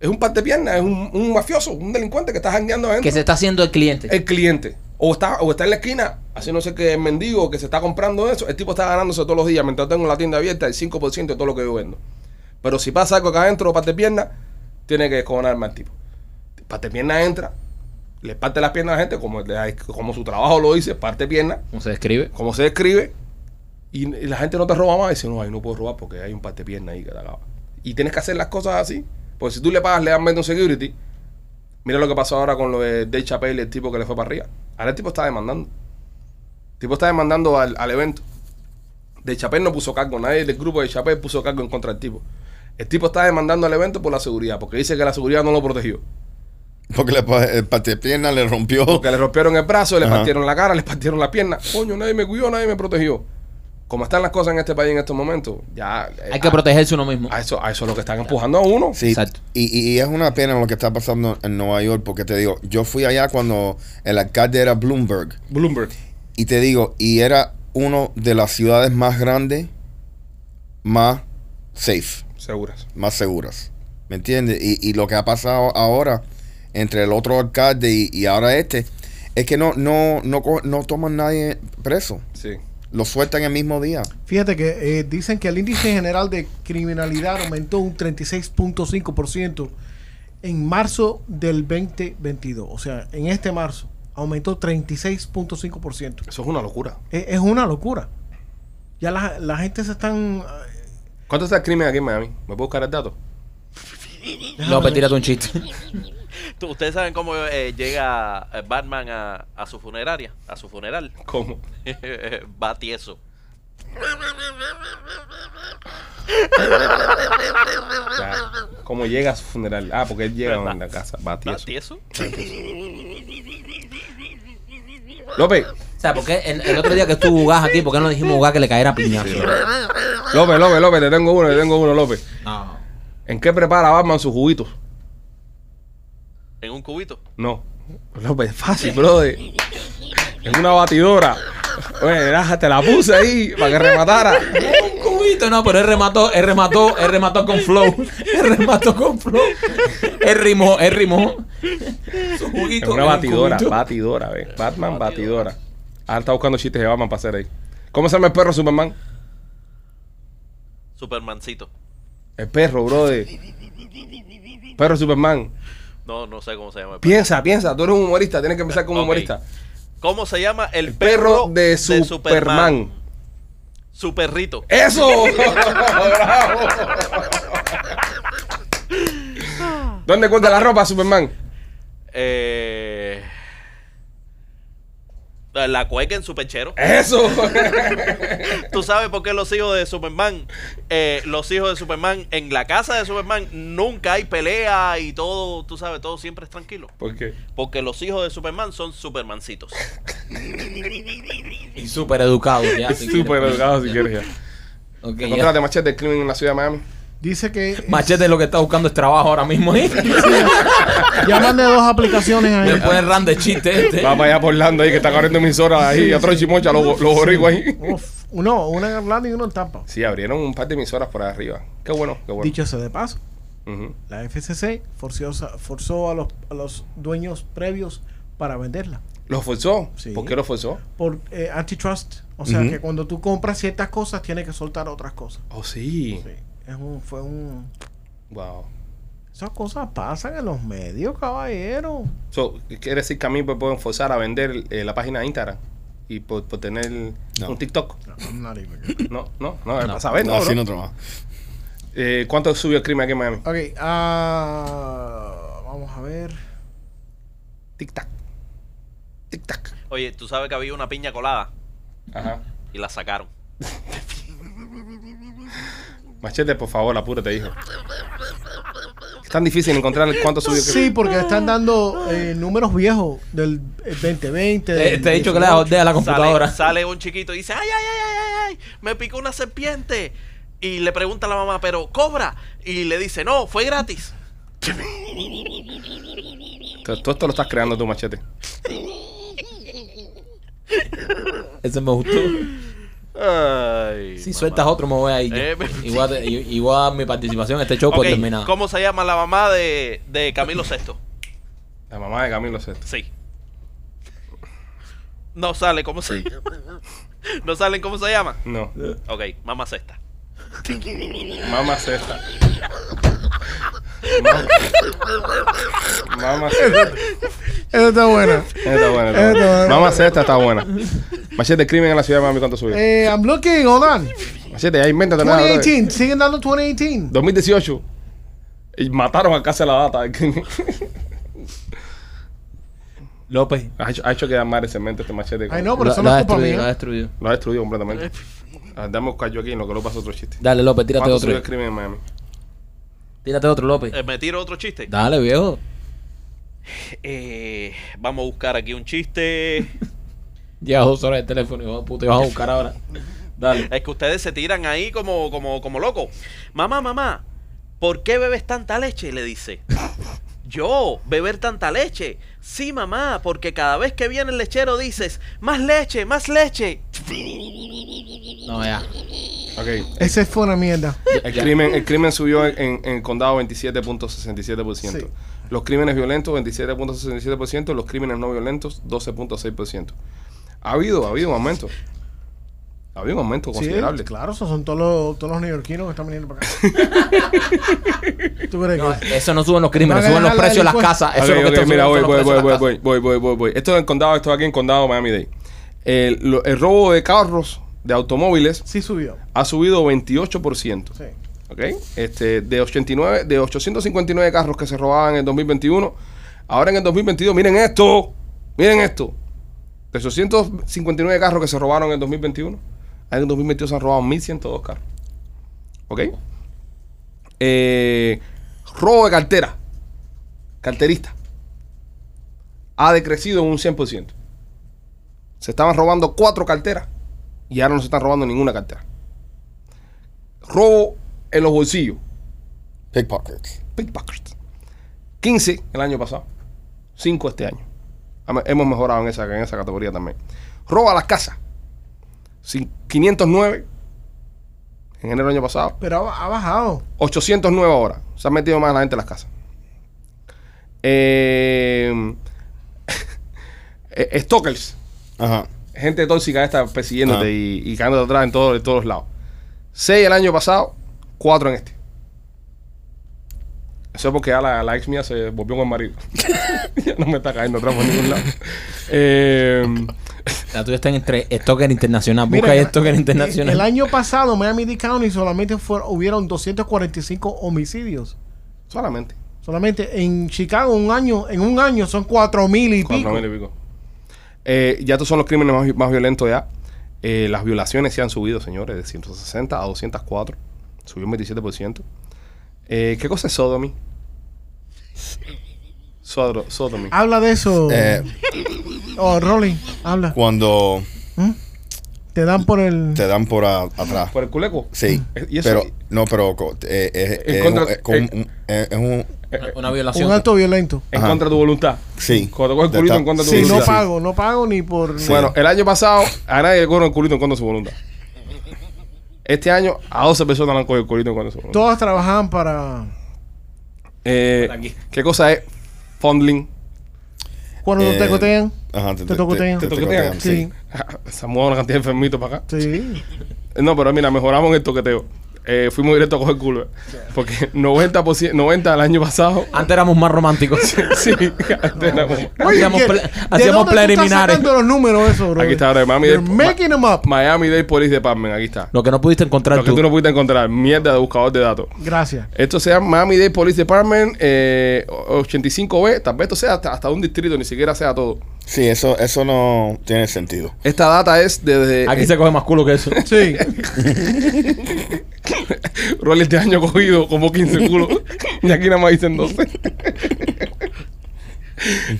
A: Es un partepierna, es un, un mafioso, un delincuente que está jangueando adentro.
G: Que se está haciendo el cliente.
A: El cliente. O está, o está en la esquina, así no sé qué mendigo que se está comprando eso. El tipo está ganándose todos los días mientras tengo la tienda abierta el 5% de todo lo que yo vendo. Pero si pasa algo acá adentro, parte pierna, tiene que descojonarme al tipo. parte pierna entra, le parte las piernas a la gente, como, como su trabajo lo dice, parte pierna,
G: ¿Cómo se describe?
A: como se describe, y, y la gente no te roba más, dice, no, ahí no puedo robar porque hay un parte pierna ahí que te acaba. Y tienes que hacer las cosas así, porque si tú le pagas legalmente un security, mira lo que pasó ahora con lo de Dave Chappelle, el tipo que le fue para arriba. Ahora el tipo está demandando. El tipo está demandando al, al evento. De Chappelle no puso cargo, nadie del grupo de Chappelle puso cargo en contra del tipo. El tipo está demandando al evento por la seguridad, porque dice que la seguridad no lo protegió.
E: Porque la pa- el patepierna le rompió.
A: Porque le rompieron el brazo, le
E: Ajá.
A: partieron la cara, le partieron la pierna. Coño, nadie me cuidó, nadie me protegió. Como están las cosas en este país en estos momentos, ya. eh,
G: Hay que
A: a-
G: protegerse uno mismo.
A: A eso, a eso es lo que están empujando a uno.
E: Sí,
G: Exacto.
E: Y, y- y es una pena lo que está pasando en Nueva York, porque te digo, yo fui allá cuando el alcalde era Bloomberg,
A: Bloomberg.
E: y te digo, y era uno de las ciudades más grandes, más safe,
A: Seguras.
E: más seguras. ¿Me entiendes? Y, y lo que ha pasado ahora entre el otro alcalde y, y ahora este, es que no, no, no, co- no toman nadie preso.
A: Sí.
E: Lo sueltan el mismo día.
D: Fíjate que eh, dicen que el índice general de criminalidad aumentó un 36.5% en marzo del 2022. O sea, en este marzo aumentó 36.5%.
A: Eso es una locura.
D: Es, es una locura. Ya la, la gente se están... eh,
A: ¿Cuánto está el crimen aquí en Miami? ¿Me puedo buscar el dato?
G: López, tírate un chiste.
F: Tú- Ustedes saben cómo eh, llega eh, Batman a, a su funeraria, a su funeral.
A: ¿Cómo?
F: Va tieso.
A: Ya. ¿Cómo llega a su funeral? Ah, porque él llega a la casa. Va
F: Va
A: tieso.
F: tieso.
A: López,
G: O sea, porque el, el otro día que estuvo Ugás aquí, ¿por qué no le dijimos a Ugás que le cayera piñazo?
A: López, López, López, te tengo uno, te tengo uno, López.
G: No.
A: ¿En qué prepara Batman sus juguitos?
F: En un cubito.
A: No. López, es fácil, brother. Es una batidora. Oye, raja, te la puse ahí para que rematara.
G: Un cubito, no, pero él remató, él remató, él remató con flow. Él remató con flow. Él rimó, él rimó. Su
A: Es
G: juguito.
A: una
G: en un
A: batidora,
G: cubito.
A: batidora, ve. Batman, batidora. Ahora está buscando chistes de Batman para hacer ahí. ¿Cómo se llama el perro Superman?
F: Supermancito.
A: El perro, brother. Perro Superman.
F: No, no sé cómo se llama. el perro.
A: Piensa, piensa. Tú eres un humorista, tienes que empezar como
F: Ok.
A: humorista.
F: ¿Cómo se llama el,
A: El perro de Superman.
F: Su perrito.
A: ¡Eso! ¡Bravo! ¿Dónde cuelga la ropa, Superman?
F: Eh, La cueca en su pechero.
A: ¡Eso!
F: ¿Tú sabes por qué los hijos de Superman, eh, los hijos de Superman, en la casa de Superman nunca hay pelea y todo, tú sabes, todo siempre es tranquilo?
A: ¿Por qué?
F: Porque los hijos de Superman son Supermancitos.
G: Y súper educado. ya, si quieres.
A: Súper educado si quieres ya.
G: Ok, ya.
A: Encontrate machete del crimen en la ciudad de Miami.
D: Dice que... eh,
G: Machete lo que está buscando es trabajo ahora mismo. ¿eh?
D: ya mandé dos aplicaciones ahí.
G: Después el ran de chiste este.
A: Va para allá por Orlando ahí que está corriendo emisoras ahí. y otro chimocha, los, los borricos ahí.
D: Uf, uno, una en Orlando y uno en Tampa.
A: Sí, abrieron un par de emisoras por ahí arriba. Qué bueno, qué bueno.
D: Dicho sea de paso,
A: Ujú.
D: la FCC forzó, forzó a, los, a los dueños previos para venderla
A: ¿Lo forzó?
D: Sí.
A: ¿Por qué lo forzó?
D: por eh, antitrust. O sea
E: Ujú.
D: que cuando tú compras ciertas cosas, tienes que soltar otras cosas.
A: Oh, sí.
D: Sí, Es un, fue un.
A: Wow.
D: Esas cosas pasan en los medios, caballero.
A: So, ¿Quiere decir que a mí me pueden forzar a vender eh, la página de Instagram? Y por, por tener
E: No.
A: un TikTok.
D: No, I'm not even kidding.
A: No, no, no, es para saber,
E: No,
A: ¿no?
E: así
A: bro?
E: no trabaja.
A: Eh, ¿Cuánto subió el crimen aquí en Miami?
D: ok, ah, vamos a ver.
A: Tic-tac. Tic-tac.
F: Oye, tú sabes que había una piña colada
A: Ajá.
F: y la sacaron.
A: Machete, por favor, apúrate, hijo. Es tan difícil encontrar cuánto subió el
D: Sí,
A: crimen.
D: porque están dando eh, números viejos del eh, 2020.
G: Te,
D: del
G: te he dicho que le jodea la computadora.
F: Sale, sale un chiquito y dice, ay, ay, ay, ay, ay, ay, me picó una serpiente. Y le pregunta a la mamá, pero cobra. Y le dice, no, fue gratis.
A: Todo todo esto lo estás creando tú, Machete.
G: Ese me gustó.
F: Ay,
G: Si
F: mamá.
G: sueltas otro, me voy a ir. yo.
F: Eh,
G: Y voy a, te- y- y voy a dar mi participación en este show por
F: Ok,
G: terminado.
F: ¿Cómo se llama la mamá de, de Camilo VI?
A: La mamá de Camilo Sesto.
F: Sí. No sale cómo se No salen cómo se llama.
A: No.
F: Ok, mamá sexta.
A: Mamá Sexta. Mamá
D: Eso está bueno.
A: Esta buena, esta
D: Esta
A: buena.
D: buena.
A: Mamá Cesta está buena. Machete, crimen en la ciudad de Miami, ¿cuánto subió?
D: Eh, I'm looking, hold on.
A: Machete, ya invéntate nada. brother.
D: 2018, siguen dando 2018.
A: 2018. Y mataron a casa la data.
G: López.
A: ha, hecho, ha hecho quedar mal el cemento este machete.
D: Ay, no, pero
G: Lo-
D: eso
G: lo
D: no
G: ha
D: es culpa
G: destruido, lo ha
D: mía.
G: destruido.
A: Lo ha destruido completamente.
D: Eh.
A: Ah, Dame buscar yo aquí en lo que lo pasa otro chiste.
G: Dale, López, tírate
A: ¿Cuánto subió
G: otro.
A: el crimen en Miami?
G: Tírate otro, López.
F: Eh, me tiro otro chiste.
G: Dale, viejo.
F: Eh, vamos a buscar aquí un chiste.
G: Llevas dos horas de teléfono, hijo de puta, y vas a buscar ahora. Dale.
F: Es que ustedes se tiran ahí como, como, como locos. Mamá, mamá, ¿por qué bebes tanta leche? Le dice. Yo, beber tanta leche. Sí, mamá, porque cada vez que viene el lechero dices, más leche, más leche.
G: No, ya.
A: Ok.
D: Ese fue una mierda.
A: El crimen, el crimen subió en, en- en el condado 27.67%.
D: Sí.
A: Los crímenes violentos 27.67%. Los crímenes no violentos 12.6%. Ha habido, ha habido un aumento. Ha habido un aumento
D: Sí,
A: considerable.
D: claro, esos son todos los, todos los neoyorquinos que están viniendo para acá. ¿Tú crees
G: No,
C: eh.
D: que?
G: eso no suben los crímenes,
D: Van a
G: suben los
D: ganar la
G: precios de las
D: delincuencia.
G: casas. Ah, Eso
A: Ok,
G: es lo
A: ok,
G: que está
A: mira, voy,
G: subiendo, son
A: voy,
G: los
A: voy,
G: precios de
A: voy,
G: las
A: voy, voy, voy, voy, voy. Esto es en condado, esto es aquí en condado Miami-Dade. El, lo- el robo de carros, de automóviles,
D: Sí subió.
A: ha subido 28%.
D: Sí.
A: ¿Ok? Este, de 89, de 859 carros que se robaban en el 2021, ahora en el 2022, miren esto, miren esto. De 859 carros que se robaron en el 2021, en el 2022 se han robado 1102 carros. ¿Ok? Eh, robo de cartera, carterista, ha decrecido en un 100%. Se estaban robando cuatro carteras y ahora no se están robando ninguna cartera. Robo en los bolsillos.
E: Pickpockets.
A: Pickpockets. 15 el año pasado. 5 este año. Am- Hemos mejorado en esa, en esa categoría también. Roba a las casas. Cin- 509 en enero del año pasado.
D: Pero ha, ha bajado.
A: 809 ahora. Se han metido más la gente en las casas. Eh, eh, stalkers.
E: Ajá.
A: Gente tóxica esta persiguiéndote
E: Ah.
A: y, y cayéndote atrás en, todo- en todos lados. 6 el año pasado, 4 en este. Eso es porque ya la, la ex mía se volvió con el marido. ya no me está cayendo atrás por ningún lado. Eh,
G: casas. La tuya está entre Stoker Internacional.
D: Mira,
G: Busca ahí
D: el-
G: Stoker Internacional.
D: El año pasado, Miami-Dade County solamente fue- hubieron 245 homicidios.
A: solamente.
D: Solamente en Chicago, un año, en un año son 4 mil y
A: 4
D: pico.
A: mil y pico. Eh, ya estos son los crímenes más, vi- más violentos ya. Eh, las violaciones se han subido, señores, de 160 a 204. Subió un 27%. Eh, ¿Qué cosa es sodomy? Sodro- sodomy.
D: Habla de eso.
E: Eh,
D: oh, Rolly, habla.
E: cuando
D: Te dan por el.
E: te dan por a- atrás.
A: ¿Por el culeco?
E: Sí.
A: ¿Y eso?
E: Pero, no, pero co- eh, eh,
A: En
E: es
A: contra-
E: un- es como
A: en-
E: un- eh, es un.
G: Una violación.
D: Un acto violento.
A: En
E: Ajá.
A: contra de tu voluntad.
E: Sí.
A: Cuando coges el
E: Te
A: culito
E: está-
A: en contra de tu
D: Sí,
A: voluntad.
D: no pago, no pago ni por.
E: Sí.
A: Bueno, el año pasado a nadie le cogieron el culito en contra de su voluntad. Este año a 12 personas le han cogido el culito en contra de su voluntad.
D: Todas trabajaban para.
A: Eh,
G: Por aquí.
A: ¿Qué cosa es fondling?
D: Cuando
E: Eh,
D: te cotean.
E: Ajá, te,
D: Te tocotean.
E: Te,
A: Te
E: te
A: tocotean.
E: tocotean,
D: Sí.
E: sí.
A: Se ha mudado una cantidad de enfermitos para acá. Eh,
D: Sí.
A: No, pero mira, mejoramos en el toqueteo. Eh, fuimos directo a coger culo. Porque 90%, 90 el año pasado.
G: Antes éramos más románticos.
A: sí, antes era como-
G: hacíamos
D: ¿Qué?
G: pla-
D: ¿De
G: hacíamos
D: dónde tú
G: preliminares.
D: Estás sacando los números eso, bro.
A: Aquí está, ahora, mami.
D: You're
A: de-
D: making them up.
A: Miami Dade Police Department, aquí está.
G: Lo que no pudiste encontrar
A: Lo que
G: tú.
A: tú no pudiste encontrar, mierda de buscador de datos.
D: Gracias.
A: Esto sea Miami Dade Police Department eh, 85B, tal vez esto sea hasta, hasta un distrito, ni siquiera sea todo.
E: Sí, eso, eso no tiene sentido.
A: Esta data es desde
G: Aquí se coge más culo que eso.
D: Sí.
A: Rolly este año cogido como 15 culos y aquí nada más dicen 12.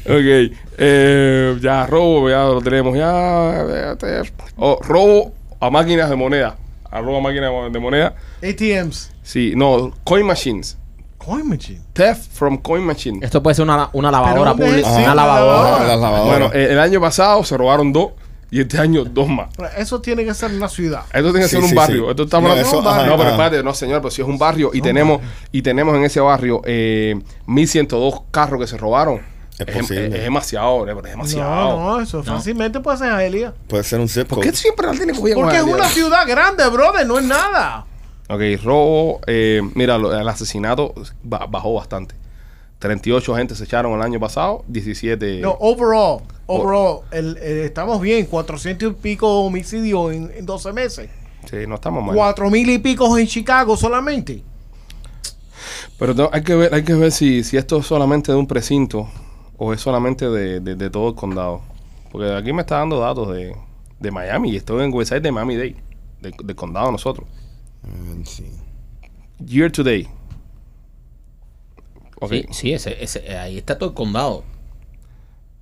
A: ok, eh, ya robo, ya lo tenemos, ya. ya, ya. Oh, robo a máquinas de moneda. A robo a máquinas de moneda.
D: ATMs.
A: Sí, no, coin machines.
D: Coin machine.
A: Theft from coin machines.
G: Esto puede ser una, una lavadora
D: ¿Pero dónde es?
G: pública.
D: Sí,
G: una
D: una
G: lavadora.
D: lavadora.
E: Ah, las
A: Bueno,
E: lavadoras.
A: eh, el año pasado se robaron dos y este año dos más.
D: Pero Eso tiene que ser en una ciudad.
A: Esto tiene que
E: Sí,
A: ser un
E: sí,
A: barrio.
E: sí.
A: Esto estamos
E: No,
A: hablando-
E: eso-
A: no,
E: ajá,
A: pero
E: ajá.
A: espérate, no, señor, pero si es un barrio y tenemos y tenemos en ese barrio eh, 1102 carros que se robaron.
E: Es
A: eh,
E: posible.
A: es demasiado, es demasiado.
D: No, no, eso fácilmente puede ser Jaelía.
E: Puede ser un zip
A: ¿Por qué
E: code.
A: siempre la tiene cogida con
D: Porque es
A: la
D: una
A: realidad?
D: ciudad grande, brother, no es nada.
A: Ok, robo, eh, mira, lo- el asesinato ba- bajó bastante. 38 gente se echaron el año pasado, 17...
D: No, overall, overall, el- el- estamos bien. 400 y pico homicidios en, en 12 meses.
A: Sí, no estamos mal.
D: Cuatro mil y pico en Chicago solamente.
A: Pero no, hay que ver, hay que ver si, si esto es solamente de un precinto o es solamente de, de- de todo el condado. Porque aquí me está dando datos de, de Miami y estoy en website de Miami Dade, del del condado de nosotros.
E: Sí.
A: Year to day. Ok.
G: Sí, sí ese, ese- eh, ahí está todo el condado.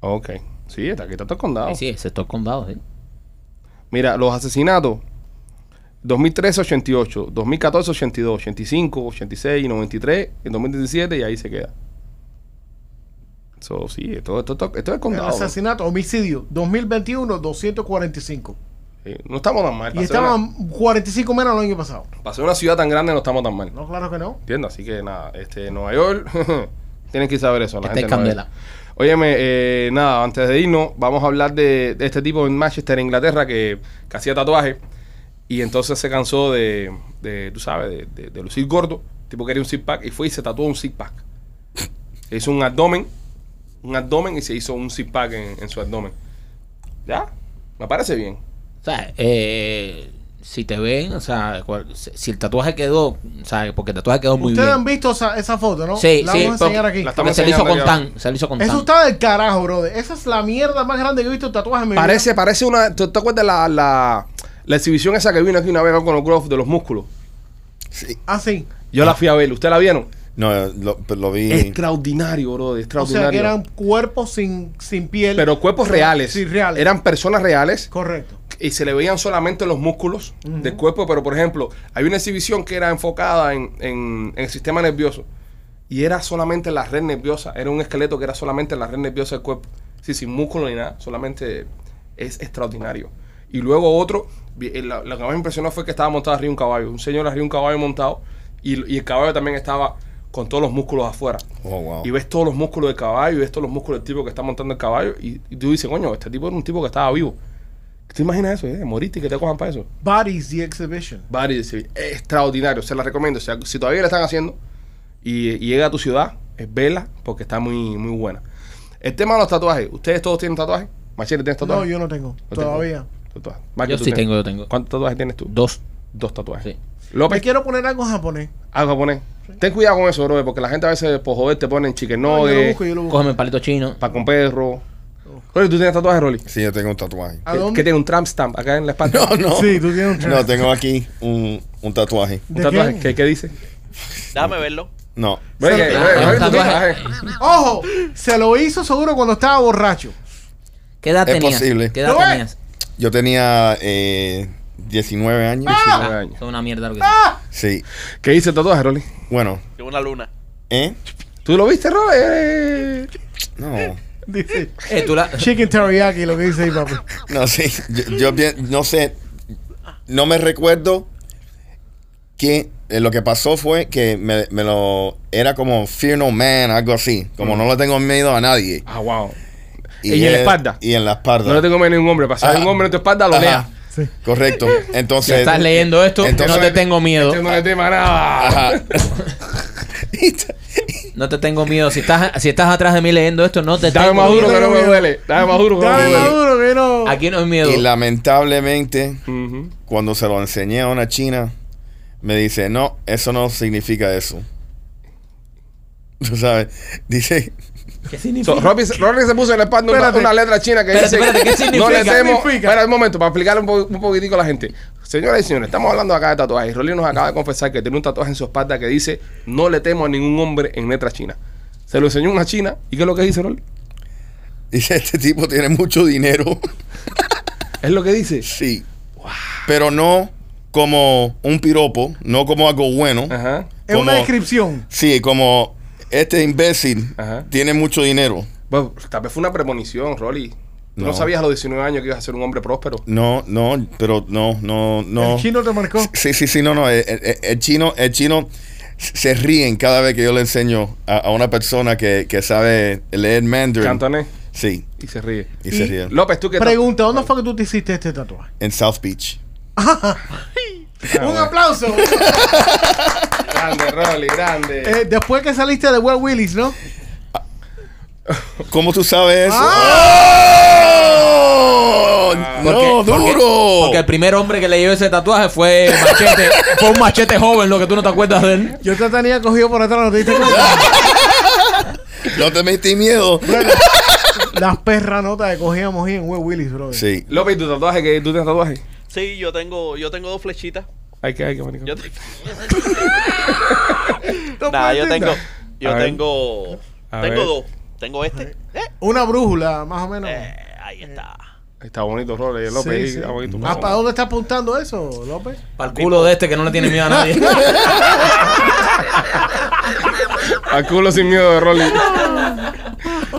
A: Ok. Sí, está aquí está todo el condado.
G: Eh, Sí, ese es todo el condado. sí.
A: Mira, los asesinatos. 2013, 88. 2014, 82. 85, 86, 93. En 2017 y ahí se queda. So, sí, esto, esto, esto, esto es el condado.
D: Eh, Asesinato, homicidio, 2021, 245.
A: Sí, no estamos tan mal.
D: Y
A: Para ser una-
D: estaban 45 menos el año pasado.
A: Para ser una ciudad tan grande no estamos tan mal.
D: No, claro que no.
A: ¿Entiendes? Así que nada, este, Nueva York, tienen que saber eso. La
G: Está en
A: gente de
G: candela.
A: Nueva York. Óyeme, eh, nada, antes de irnos, vamos a hablar de, de este tipo en Manchester, Inglaterra, que, que hacía tatuaje y entonces se cansó de, de, tú sabes, de, de- de lucir gordo. El tipo quería un six pack y fue y se tatuó un six pack. Se hizo un abdomen, un abdomen y se hizo un six pack en, en su abdomen. ¿Ya? Me parece bien.
G: O sea, eh, si te ven, o sea, cual- si si el tatuaje quedó, o sea, porque el tatuaje quedó muy
D: Ustedes
G: bien.
D: han visto esa, esa foto, ¿no?
G: Sí,
D: la
G: sí,
D: vamos a enseñar
G: porque-
D: aquí.
A: la-
G: Porque
A: Estamos
G: se lo hizo
A: enseñando
G: con
A: ya.
G: tan, se lo hizo con tan.
D: Eso está del carajo, brother. Esa es la mierda más grande que he visto tatuaje en mi vida.
A: Parece, parece una. ¿Tú te acuerdas la, la, la exhibición esa que vino aquí una vez con los Grove de los músculos?
E: Sí.
D: Así.
A: Yo la fui a ver, ¿usted la vieron?
E: No, eh, lo, pero lo vi.
A: Extraordinario, bro,
D: O sea, que
A: extraordinario.
D: eran cuerpos sin, sin piel.
A: Pero cuerpos reales.
D: Sí, reales.
A: Eran personas reales
D: Correcto.
A: y se le veían solamente los músculos del cuerpo. Pero, por ejemplo, había una exhibición que era enfocada en, en- en el sistema nervioso y era solamente la red nerviosa. Era un esqueleto que era solamente la red nerviosa del cuerpo. Sí, sin músculo ni nada, solamente es extraordinario. Y luego otro, vi- eh, la- lo que más me impresionó fue que estaba montado arriba un caballo. Un señor arriba un caballo montado y, y el caballo también estaba con todos los músculos afuera.
E: Oh, wow.
A: Y ves todos los músculos del caballo, y ves todos los músculos del tipo que está montando el caballo, y, y tú dices, coño, este tipo era un tipo que estaba vivo. ¿Tú ¿Te imaginas eso? Eh? Moriste y que te cojan para eso.
D: Bodies the Exhibition.
A: Barry dice, extraordinario, se la recomiendo. O sea, si todavía la están haciendo y, y llega a tu ciudad, es vela porque está muy, muy buena. El tema de los tatuajes, ¿ustedes todos tienen tatuajes? Machete, ¿tienes tatuajes?
D: No, yo no tengo.
A: No tengo
D: todavía.
A: tatuajes. Mike,
G: Yo
A: ¿tú
G: sí
A: tienes?
G: tengo, yo tengo.
A: ¿Cuántos tatuajes tienes tú?
G: Dos.
A: Dos tatuajes.
G: Sí.
A: López,
D: Me quiero poner algo en japonés.
A: algo a poner. Ten cuidado con eso, bro, porque la gente a veces por joder te ponen chicken
D: No, yo lo
A: nuggets,
D: busco, yo lo busco.
G: Cógeme el palito chino.
A: pa' con perro. Rolly, ¿tú tienes tatuajes, Rolly?
E: Sí, yo tengo un tatuaje.
D: ¿A
A: Que-
D: dónde?
A: Que tiene un tramp stamp acá en la espalda.
E: No, no.
D: Sí, tú tienes un
E: No, tengo aquí un, un tatuaje.
A: ¿Un
D: ¿De
A: tatuaje?
D: quién?
A: ¿Qué, qué dice?
F: Déjame verlo.
E: No.
A: Ve, que- ve, ve,
G: un tatuaje.
A: tatuaje.
D: Ojo, se lo hizo seguro cuando estaba borracho.
G: ¿Qué edad
E: Es
G: tenías?
E: posible.
G: ¿Qué edad
D: No es.
G: tenías?
E: Yo tenía eh, 19 años.
A: Nueve años.
G: Es una mierda lo que
A: Ah,
D: ¡Ah!
E: Sí.
A: ¿Qué dice el tatuaje, Rolly?
E: Bueno,
F: De una luna.
E: ¿eh?
A: ¿Tú lo viste, Rolly? Eh,
E: No.
D: Dice
G: Eh, tú la-
D: Chicken Teriyaki, lo que dice ahí, papi.
E: No, sí. Yo, yo bien- no sé. No me recuerdo que eh, lo que pasó fue que me, me lo. Era como Fear No Man, algo así. Como no le tengo miedo a nadie.
A: Ah, wow. ¿Y en la
E: es-
A: espalda?
E: Y en la espalda.
A: No le tengo miedo a ningún hombre. Pasar
E: Ah.
A: un hombre en tu espalda, lo
E: Ajá.
A: lea.
D: Sí.
E: Correcto.
G: Si
E: Entonces.
G: estás leyendo esto,
E: entonces-
G: no te tengo miedo.
A: Este no le tema nada.
E: Ajá.
G: No te tengo miedo. Si estás, si estás atrás de mí leyendo esto, no te
A: Dame
G: tengo
A: más duro
G: miedo.
A: que no me duele. Dame más duro que no me
D: Dale
E: Y-
A: duele.
D: maduro que no.
G: Aquí no hay miedo.
E: y lamentablemente,
A: Ujú.
E: cuando se lo enseñé a una china, me dice, no, eso no significa eso. Tú sabes, dice,
G: ¿Qué significa?
A: So, Rolly, se- Rolly se puso en la espalda una,
D: Espérate.
A: una letra china que
G: Espérate,
A: dice
G: espérate, ¿qué significa?
A: no le
G: ¿Qué
A: temo
D: significa?
A: espera un momento para explicarle un, po- un poquitico a la gente señoras y señores estamos hablando acá de tatuajes Rolly nos acaba de confesar que tiene un tatuaje en su espalda que dice no le temo a ningún hombre en letra china se lo enseñó una china y qué es lo que dice Rolly
E: dice, este tipo tiene mucho dinero.
A: es lo que dice
E: sí. Pero no como un piropo, no como algo bueno.
A: ajá
D: es
E: como-
D: una descripción.
E: Sí, como este imbécil
A: Ajá.
E: tiene mucho dinero.
A: bueno, tal vez fue una premonición Rolly Tú no.
E: No.
A: sabías a los 19 años que ibas a ser un hombre próspero
E: No, no, pero no, no, no.
D: El chino te marcó.
E: Sí, sí, sí, no, no. El, el- el chino, el chino se ríen cada vez que yo le enseño a, a una persona que, que sabe leer mandarin.
A: cantonés
E: Sí,
A: y se ríe
E: y, se
D: Y-
E: ríen.
A: López tú que
D: Pregunta, ¿dónde fue que tú te hiciste este tatuaje?
E: En South Beach.
A: Ah,
D: Un
A: bueno.
D: aplauso.
A: Grande, Rolly, grande.
D: Eh, después que saliste de Web Willis, ¿no?
E: ¿Cómo tú sabes eso? ¡Oh! ¡No,
C: Ah. porque-
E: duro!
C: Porque el primer hombre que le llevó ese tatuaje fue Machete. fue un Machete joven, lo que tú no te acuerdas de él.
D: Yo te tenía cogido por atrás, no te diste cuenta.
E: No te metí miedo.
D: Las perranotas que cogíamos ahí en Web Willis, bro.
E: Sí.
A: López, ¿tu tatuaje? ¿Qué? ¿Tú tienes tatuaje?
F: Sí, yo tengo, yo tengo dos flechitas.
A: Hay que, hay que, maricón.
F: Yo, te- Nah, yo tengo, yo
A: A ver.
F: tengo,
A: A
F: tengo
A: ver.
F: dos. Tengo este. Eh,
D: Una brújula, más o menos.
F: eh, ahí está.
A: Está bonito, Rolly. López,
D: Sí,
A: ahí,
D: sí.
A: está bonito.
D: Ah, ¿Para dónde está apuntando eso, López?
C: Para el culo de este que no le tiene miedo a nadie.
A: Al culo sin miedo de Rolly.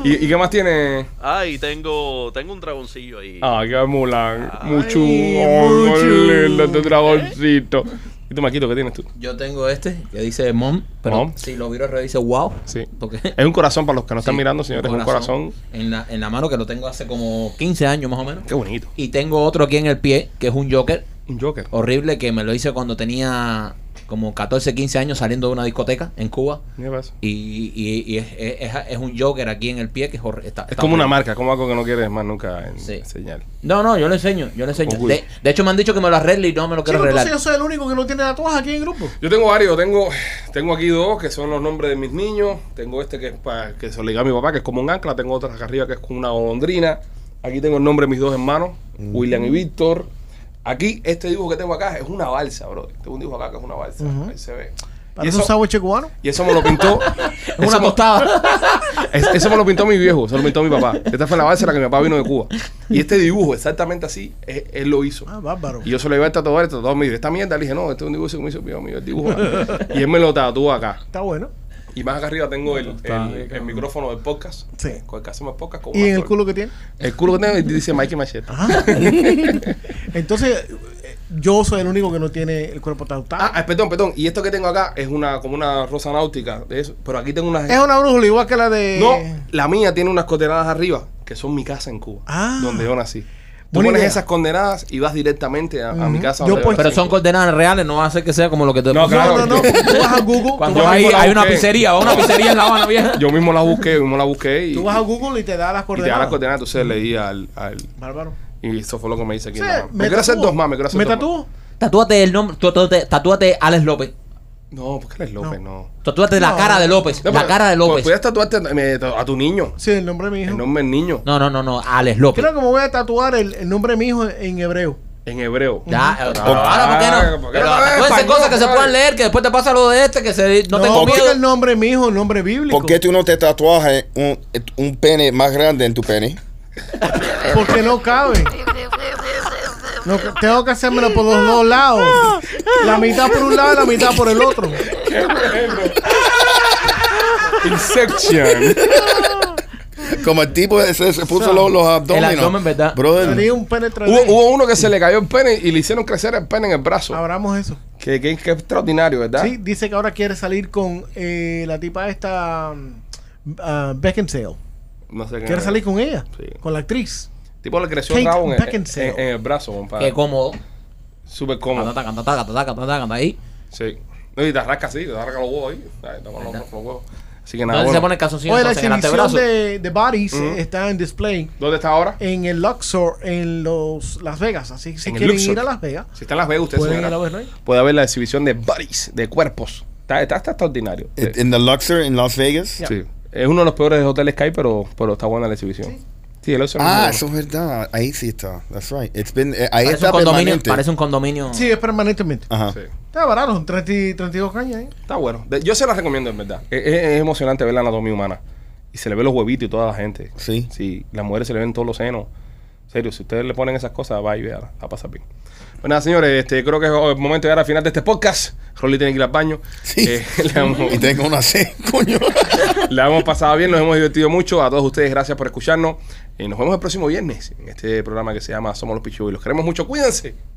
A: ¿Y, y qué más tiene?
F: Ay, tengo, tengo un dragoncillo ahí.
A: Ah, que Mulan. Mucho.
D: Ay,
A: Oh,
D: Muchu.
A: lindo, este dragoncito. ¿Y tú, Maquito, qué tienes tú?
C: Yo tengo este que dice Mom, pero
A: Mom.
C: si lo viro al revés dice wow.
A: Sí.
C: Porque
A: Es un corazón para los que no están mirando, señores. Es un corazón.
C: En la, en la mano que lo tengo hace como 15 años más o menos.
A: Qué bonito.
C: Y tengo otro aquí en el pie que es un Joker
A: Un Joker.
C: horrible que me lo hice cuando tenía como 14, 15 años saliendo de una discoteca en Cuba.
A: ¿Qué pasa?
C: Y, y- y es, es- es- es un Joker aquí en el pie que es, hor- está-
A: Es
C: está
A: como una
C: horrible.
A: marca, como algo que no quieres más nunca en-
C: Sí.
A: enseñar.
C: No, no, yo lo enseño, yo lo enseño.
A: Uy.
C: De, de hecho, me han dicho que me lo arregle y no me lo
D: Chico,
C: quiero
D: entonces
C: arreglar.
D: yo soy el único que no tiene tatuajes aquí en el grupo.
A: Yo tengo varios, tengo, tengo aquí dos que son los nombres de mis niños. Tengo este que es para que se lo diga a mi papá, que es como un ancla. Tengo otra acá arriba que es como una golondrina. Aquí tengo el nombre de mis dos hermanos, William y Víctor. Aquí, este dibujo que tengo acá es una balsa, bro. Tengo un dibujo acá que es una balsa. Ahí se ve. Y
D: Parece un
A: eso,
D: sándwich cubano.
A: y eso me lo pintó.
C: Es una tostada.
A: Es- Eso me lo pintó mi viejo, se lo pintó mi papá. Esta fue la base en la que mi papá vino de Cuba. Y este dibujo, exactamente así, él, él lo hizo.
D: Ah, bárbaro.
A: Y yo se lo iba a tatuar, el tatuador me dijo, esta mierda, le dije, no, este es un dibujo que me hizo mi amigo, el dibujo. Y él me lo tatuó acá.
D: Está bueno.
A: Y más acá arriba tengo el, el, el micrófono del podcast.
D: Sí.
A: Con el que hacemos podcast. Con
D: ¿Y
A: un
D: en el
A: actor.
D: culo que tiene?
A: El culo que tengo dice Mikey Machete. Ah,
D: Entonces, eh, yo soy el único que no tiene el cuerpo tatuado.
A: ah, perdón, perdón. Y esto que tengo acá es una como una rosa náutica. De eso. Pero aquí tengo unas...
D: Es una brújula igual que la de...
A: No, la mía tiene unas coordenadas arriba, que son mi casa en Cuba,
D: Ah.
A: donde yo nací. Tú
D: Buena
A: pones
D: idea.
A: esas coordenadas y vas directamente a, a mi
D: Ujú.
A: casa.
D: Yo
A: donde
D: pues-
A: nací.
C: Pero son coordenadas reales, no va a hacer que sea como lo que te
A: No,
C: puse.
A: claro.
D: No, no, no.
A: yo-
D: Tú vas a Google, tú
C: Cuando
A: Yo
D: vas,
C: hay,
A: mismo la
C: hay una
A: busqué.
C: pizzería, una pizzería en La Habana vieja.
A: Yo mismo la busqué, yo mismo la busqué y,
D: tú vas a Google y te da las
A: y te da
D: coordenadas.
A: las coordenadas, entonces leí al, al-
D: Bárbaro.
A: Y eso fue lo que me dice aquí.
D: Sí,
A: nada más. me quiero hacer
D: tatúo.
A: dos más, me quiero hacer
D: ¿Me
A: dos más.
D: tatúo?
C: Tatúate el nombre, tatúate, tatúate Alex López.
A: No, porque eres López, no.
C: Tatúate
D: No.
C: la cara de López.
A: No,
C: la
A: pero-
C: cara de
A: pues,
C: López.
A: Puedes tatuarte a, me- eh, a tu niño,
D: Sí, el nombre de mi hijo.
A: el nombre del niño,
C: No, no, no, no. Alex López.
D: Creo que me voy a tatuar el, el nombre de mi hijo en, en hebreo.
A: en hebreo.
C: Ya, eh, pero ahora, ¿por
A: Ah,
C: qué no?
A: ¿por qué
C: Pero
A: no?
C: pueden ser
A: Español,
C: cosas que se
A: claro.
C: puedan leer, que después te pasa lo de este, que se, no, tengo
D: porque
C: miedo.
D: el nombre de mi hijo, el nombre bíblico.
E: ¿Por qué tú no te tatuajes un, un pene más grande en tu pene?
D: Porque no cabe. No, que- tengo que hacérmelo por los dos lados. La mitad por un lado y la mitad por el otro.
A: Inception.
E: Como el tipo ese se puso los, los abdomen.
C: abdomen, ¿verdad?
D: Tenía un pene tres
A: hubo,
D: D.
A: hubo uno que se le cayó el pene y le hicieron crecer el pene en el brazo.
D: Abramos eso.
A: Que, que, que extraordinario, ¿verdad?
D: Sí, dice que ahora quiere salir con eh, la tipa esta uh, Beckinsale.
A: No sé qué.
D: Quiere salir con ella,
A: Sí.
D: con la actriz.
A: Tipo le creció el
D: Kate
A: rabo en, en,
D: Beckinsale.
A: en el brazo,
C: Qué
A: compadre.
C: cómodo.
A: Súper cómodo.
C: Taca, taca, taca, taca, taca, taca, Ahí.
A: Sí. No, y te arranca así, te arranca los huevos ahí. Ahí, te arranca los, los huevos. Así que nada,
C: Entonces se
A: bueno.
C: pone el calzoncillo
D: Oye, la
C: entonces, en el
D: exhibición
C: antebrazo.
D: de, de Bodies eh, está en display
A: ¿Dónde está ahora?
D: en el Luxor en los Las Vegas. Así que si
A: En el
D: quieren
A: Luxor.
D: ir a Las Vegas,
A: Si está en Las Vegas, usted
D: pueden
A: señora,
D: ir a verlo ahí.
A: puede haber la exhibición de bodies, de cuerpos. Está, está, está extraordinario.
E: En the Luxor en Las Vegas.
A: Sí. Es uno de los peores hoteles que hay, pero, pero está buena la exhibición. Sí, el Ocean
E: Ah,
A: es
E: eso
A: muy
E: es verdad. Ahí sí está. That's right. It's been, eh, ahí
C: Parece un
E: está
C: condominio.
E: permanente.
C: Parece un condominio.
D: Sí, es permanentemente.
E: Ajá.
A: bueno. Sí.
D: Está barato, son 30 32 cañas. ¿eh?
A: Está bueno. De- Yo se la recomiendo, en verdad. Es, es- es emocionante ver la anatomía humana. Y se le ve los huevitos y toda la gente.
E: Sí.
A: Sí. Las mujeres se le ven todos los senos. En serio, si ustedes le ponen esas cosas, va y vea, la pasa bien. Bueno, nada, señores, este, creo que es el momento de llegar al final de este podcast. Rolly tiene que ir al baño.
E: Sí.
A: Eh, le damos-
E: Y tengo una C, coño.
A: La hemos pasado bien, nos hemos divertido mucho. A todos ustedes, gracias Eh, por escucharnos. Y nos vemos el próximo viernes en este programa que se llama Somos los Pichu y los queremos mucho. Cuídense.